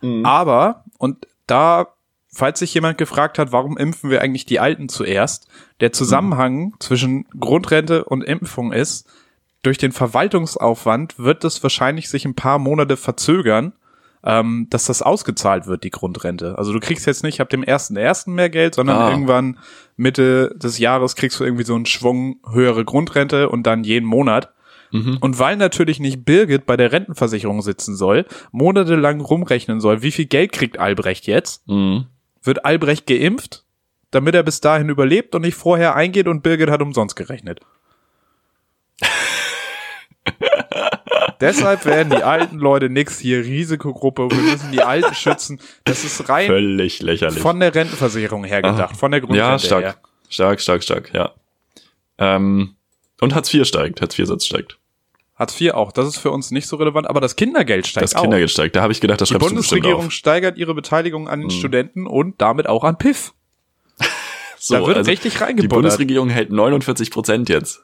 [SPEAKER 1] Mhm.
[SPEAKER 3] Aber, und da, falls sich jemand gefragt hat, warum impfen wir eigentlich die Alten zuerst, der
[SPEAKER 1] Mhm.
[SPEAKER 3] Zusammenhang zwischen Grundrente und Impfung ist, durch den Verwaltungsaufwand wird es wahrscheinlich sich ein paar Monate verzögern, ähm, dass das ausgezahlt wird, die Grundrente. Also du kriegst jetzt nicht ab dem 1.1. mehr Geld, sondern
[SPEAKER 1] Ah.
[SPEAKER 3] irgendwann Mitte des Jahres kriegst du irgendwie so einen Schwung höhere Grundrente und dann jeden Monat. Und weil natürlich nicht Birgit bei der Rentenversicherung sitzen soll, monatelang rumrechnen soll, wie viel Geld kriegt Albrecht jetzt,
[SPEAKER 1] Mhm.
[SPEAKER 3] wird Albrecht geimpft, damit er bis dahin überlebt und nicht vorher eingeht und Birgit hat umsonst gerechnet. Deshalb werden die alten Leute nix hier, Risikogruppe, wir müssen die Alten schützen. Das ist rein
[SPEAKER 1] Völlig lächerlich.
[SPEAKER 3] von der Rentenversicherung her gedacht, von der Grundrente
[SPEAKER 1] ja, stark.
[SPEAKER 3] her.
[SPEAKER 1] Stark, stark, stark, ja. Ähm, und Hartz IV steigt, Hartz IV-Satz steigt.
[SPEAKER 3] Hartz IV auch, das ist für uns nicht so relevant, aber das Kindergeld steigt
[SPEAKER 1] Das
[SPEAKER 3] auch.
[SPEAKER 1] Kindergeld steigt. Da habe ich gedacht, das
[SPEAKER 3] Die
[SPEAKER 1] schreibst du bestimmt Hm.
[SPEAKER 3] Bundesregierung
[SPEAKER 1] auf.
[SPEAKER 3] steigert ihre Beteiligung an den Studenten und damit auch an PIF.
[SPEAKER 1] So, also
[SPEAKER 3] da wird richtig
[SPEAKER 1] die
[SPEAKER 3] reingebuttert.
[SPEAKER 1] Bundesregierung hält 49 Prozent jetzt.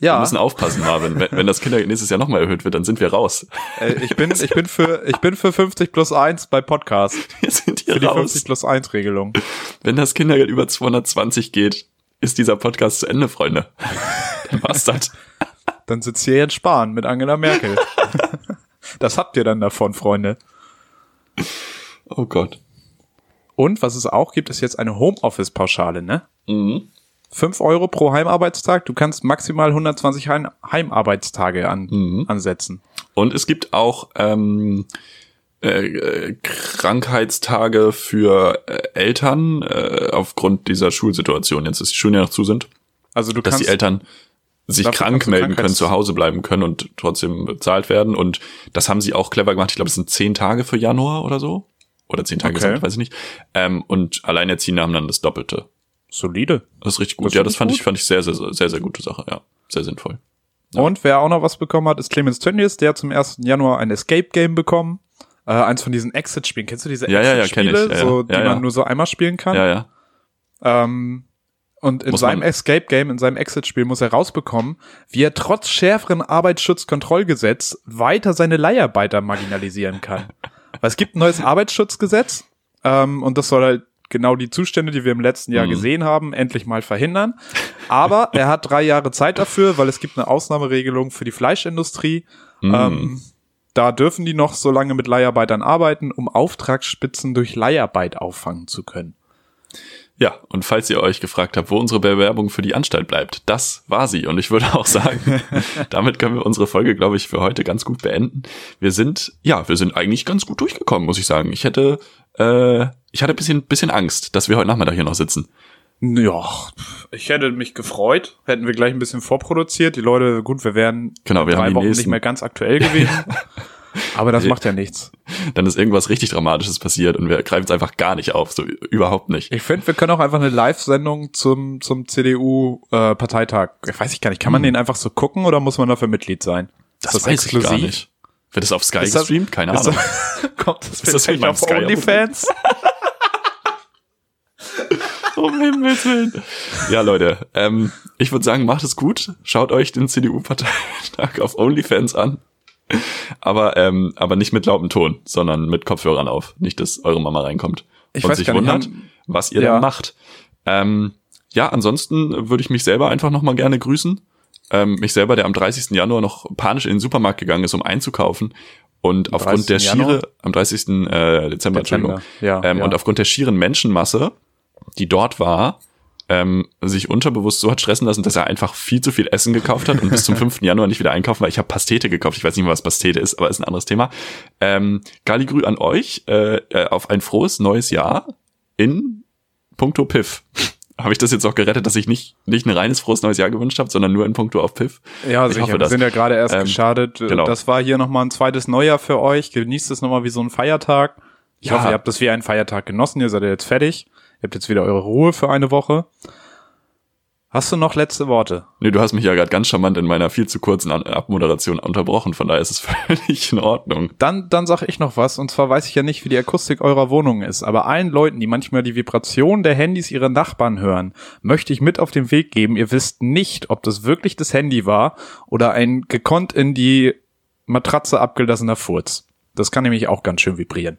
[SPEAKER 1] Wir
[SPEAKER 3] ja,
[SPEAKER 1] müssen aufpassen, Marvin. Wenn, wenn das Kindergeld nächstes Jahr nochmal erhöht wird, dann sind wir raus.
[SPEAKER 3] äh, ich bin, ich bin für, ich bin für 50 plus 1 bei Podcast.
[SPEAKER 1] Wir sind hier
[SPEAKER 3] Für die
[SPEAKER 1] raus.
[SPEAKER 3] 50 plus 1 Regelung.
[SPEAKER 1] Wenn das Kindergeld über 220 geht, ist dieser Podcast zu Ende, Freunde. Dann war's das.
[SPEAKER 3] Dann sitzt hier Jens Spahn mit Angela Merkel. das habt ihr dann davon, Freunde.
[SPEAKER 1] Oh Gott.
[SPEAKER 3] Und was es auch gibt, ist jetzt eine Homeoffice-Pauschale, ne?
[SPEAKER 1] Mhm.
[SPEAKER 3] 5 Euro pro Heimarbeitstag. Du kannst maximal 120 Heim Heimarbeitstage an,
[SPEAKER 1] Mhm.
[SPEAKER 3] ansetzen.
[SPEAKER 1] Und es gibt auch ähm, äh, äh, Krankheitstage für äh, Eltern äh, aufgrund dieser Schulsituation. Jetzt, dass die Schulen ja noch zu sind,
[SPEAKER 3] Also du
[SPEAKER 1] dass
[SPEAKER 3] kannst
[SPEAKER 1] die Eltern sich
[SPEAKER 3] Dafür
[SPEAKER 1] krank
[SPEAKER 3] kannst du
[SPEAKER 1] melden können,
[SPEAKER 3] Krankheits-
[SPEAKER 1] zu Hause bleiben können und trotzdem bezahlt werden. Und das haben sie auch clever gemacht. Ich glaube, es sind zehn Tage für Januar oder so. Oder zehn Tage,
[SPEAKER 3] Okay.
[SPEAKER 1] gesamt, weiß ich nicht. Ähm, und Alleinerziehende haben dann das Doppelte.
[SPEAKER 3] solide.
[SPEAKER 1] Das ist richtig gut.
[SPEAKER 3] Das
[SPEAKER 1] ja,
[SPEAKER 3] finde
[SPEAKER 1] das
[SPEAKER 3] ich
[SPEAKER 1] fand
[SPEAKER 3] gut.
[SPEAKER 1] ich, fand ich sehr, sehr, sehr, sehr, sehr gute Sache. Ja, sehr sinnvoll.
[SPEAKER 3] Und wer auch noch was bekommen hat, ist Clemens Tönnies. Der hat zum 1. Januar ein Escape Game bekommen. Äh, eins von diesen Exit-Spielen. Kennst du diese
[SPEAKER 1] Ja, ja, ja,
[SPEAKER 3] Exit-Spiele,
[SPEAKER 1] kenn ich, ja, ja.
[SPEAKER 3] so, die
[SPEAKER 1] Ja, ja.
[SPEAKER 3] man nur so einmal spielen kann?
[SPEAKER 1] Ja, ja.
[SPEAKER 3] Ähm, und in
[SPEAKER 1] Muss
[SPEAKER 3] seinem
[SPEAKER 1] man-
[SPEAKER 3] Escape Game, in seinem Exit-Spiel muss er rausbekommen, wie er trotz schärferen Arbeitsschutzkontrollgesetz weiter seine Leiharbeiter marginalisieren kann. Weil es gibt ein neues Arbeitsschutzgesetz ähm, und das soll halt genau die Zustände, die wir im letzten
[SPEAKER 1] Mhm.
[SPEAKER 3] Jahr gesehen haben, endlich mal verhindern. Aber er hat drei Jahre Zeit dafür, weil es gibt eine Ausnahmeregelung für die Fleischindustrie.
[SPEAKER 1] Mhm.
[SPEAKER 3] Ähm, da dürfen die noch so lange mit Leiharbeitern arbeiten, um Auftragsspitzen durch Leiharbeit auffangen zu können.
[SPEAKER 1] Ja, und falls ihr euch gefragt habt, wo unsere Bewerbung für die Anstalt bleibt, das war sie. Und ich würde auch sagen, damit können wir unsere Folge, glaube ich, für heute ganz gut beenden. Wir sind, ja, wir sind eigentlich ganz gut durchgekommen, muss ich sagen. Ich hätte, äh, ich hatte ein bisschen, bisschen Angst, dass wir heute Nachmittag hier noch sitzen.
[SPEAKER 3] Ja, ich hätte mich gefreut. Hätten wir gleich ein bisschen vorproduziert. Die Leute, gut, wir wären
[SPEAKER 1] Genau,
[SPEAKER 3] in
[SPEAKER 1] wir haben
[SPEAKER 3] drei
[SPEAKER 1] die
[SPEAKER 3] Wochen nicht
[SPEAKER 1] nächsten-
[SPEAKER 3] mehr ganz aktuell gewesen. Aber das macht ja nichts.
[SPEAKER 1] Dann ist irgendwas richtig Dramatisches passiert und wir greifen es einfach gar nicht auf, so ü- überhaupt nicht.
[SPEAKER 3] Ich finde, wir können auch einfach eine Live-Sendung zum, zum CDU-Parteitag. äh, ich weiß ich gar nicht, kann man
[SPEAKER 1] Hm.
[SPEAKER 3] den einfach so gucken oder muss man dafür Mitglied sein?
[SPEAKER 1] Wird das auf Sky
[SPEAKER 3] Ist das-
[SPEAKER 1] gestreamt? Keine
[SPEAKER 3] ist
[SPEAKER 1] Ahnung.
[SPEAKER 3] Das, kommt das
[SPEAKER 1] das
[SPEAKER 3] vielleicht
[SPEAKER 1] irgendwann
[SPEAKER 3] auf
[SPEAKER 1] auf Sky?
[SPEAKER 3] OnlyFans?
[SPEAKER 1] Um Himmels Willen. Ja, Leute, ähm, ich würde sagen, macht es gut. Schaut euch den CDU-Parteitag auf OnlyFans an. aber, ähm, aber nicht mit lautem Ton, sondern mit Kopfhörern auf. Nicht, dass eure Mama reinkommt
[SPEAKER 3] Ich
[SPEAKER 1] und
[SPEAKER 3] weiß
[SPEAKER 1] sich
[SPEAKER 3] gar nicht,
[SPEAKER 1] wundert,
[SPEAKER 3] haben-
[SPEAKER 1] was ihr
[SPEAKER 3] Ja.
[SPEAKER 1] da macht. Ähm, ja, ansonsten würde ich mich selber einfach nochmal gerne grüßen. Ähm, mich selber, der am 30. Januar noch panisch in den Supermarkt gegangen ist, um einzukaufen. Und aufgrund der
[SPEAKER 3] 30. Januar?
[SPEAKER 1] schiere, am 30. Äh, Dezember, Entschuldigung,
[SPEAKER 3] ja,
[SPEAKER 1] ähm,
[SPEAKER 3] ja.
[SPEAKER 1] und aufgrund der schieren Menschenmasse, die dort war, ähm, sich unterbewusst so hat stressen lassen, dass er einfach viel zu viel Essen gekauft hat und bis zum 5. Januar nicht wieder einkaufen, weil ich habe Pastete gekauft. Ich weiß nicht mehr, was Pastete ist, aber ist ein anderes Thema. Ähm, Galigrü an euch, äh, äh, auf ein frohes neues Jahr in puncto Piff. habe ich das jetzt auch gerettet, dass ich nicht, nicht ein reines frohes neues Jahr gewünscht habe, sondern nur in puncto auf Piff?
[SPEAKER 3] Ja,
[SPEAKER 1] Ich
[SPEAKER 3] sicher.
[SPEAKER 1] hoffe
[SPEAKER 3] Wir
[SPEAKER 1] das.
[SPEAKER 3] sind ja gerade erst
[SPEAKER 1] Ähm,
[SPEAKER 3] geschadet. Äh,
[SPEAKER 1] genau.
[SPEAKER 3] Das war hier nochmal ein zweites Neujahr für euch. Genießt es nochmal wie so ein Feiertag. Ich
[SPEAKER 1] Ja.
[SPEAKER 3] hoffe, ihr habt das wie einen Feiertag genossen. Ihr seid ja jetzt fertig. Ihr habt jetzt wieder eure Ruhe für eine Woche. Hast du noch letzte Worte?
[SPEAKER 1] Nee, du hast mich ja gerade ganz charmant in meiner viel zu kurzen An Abmoderation unterbrochen, von daher ist es völlig in Ordnung.
[SPEAKER 3] Dann, dann sag ich noch was. Und zwar weiß ich ja nicht, wie die Akustik eurer Wohnung ist. Aber allen Leuten, die manchmal die Vibration der Handys ihrer Nachbarn hören, möchte ich mit auf den Weg geben. Ihr wisst nicht, ob das wirklich das Handy war oder ein gekonnt in die Matratze abgelassener Furz. Das kann nämlich auch ganz schön vibrieren.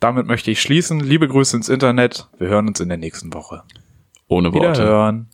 [SPEAKER 3] Damit möchte ich schließen. Liebe Grüße ins Internet. Wir hören uns in der nächsten Woche.
[SPEAKER 1] Ohne Worte.
[SPEAKER 3] Wiederhören.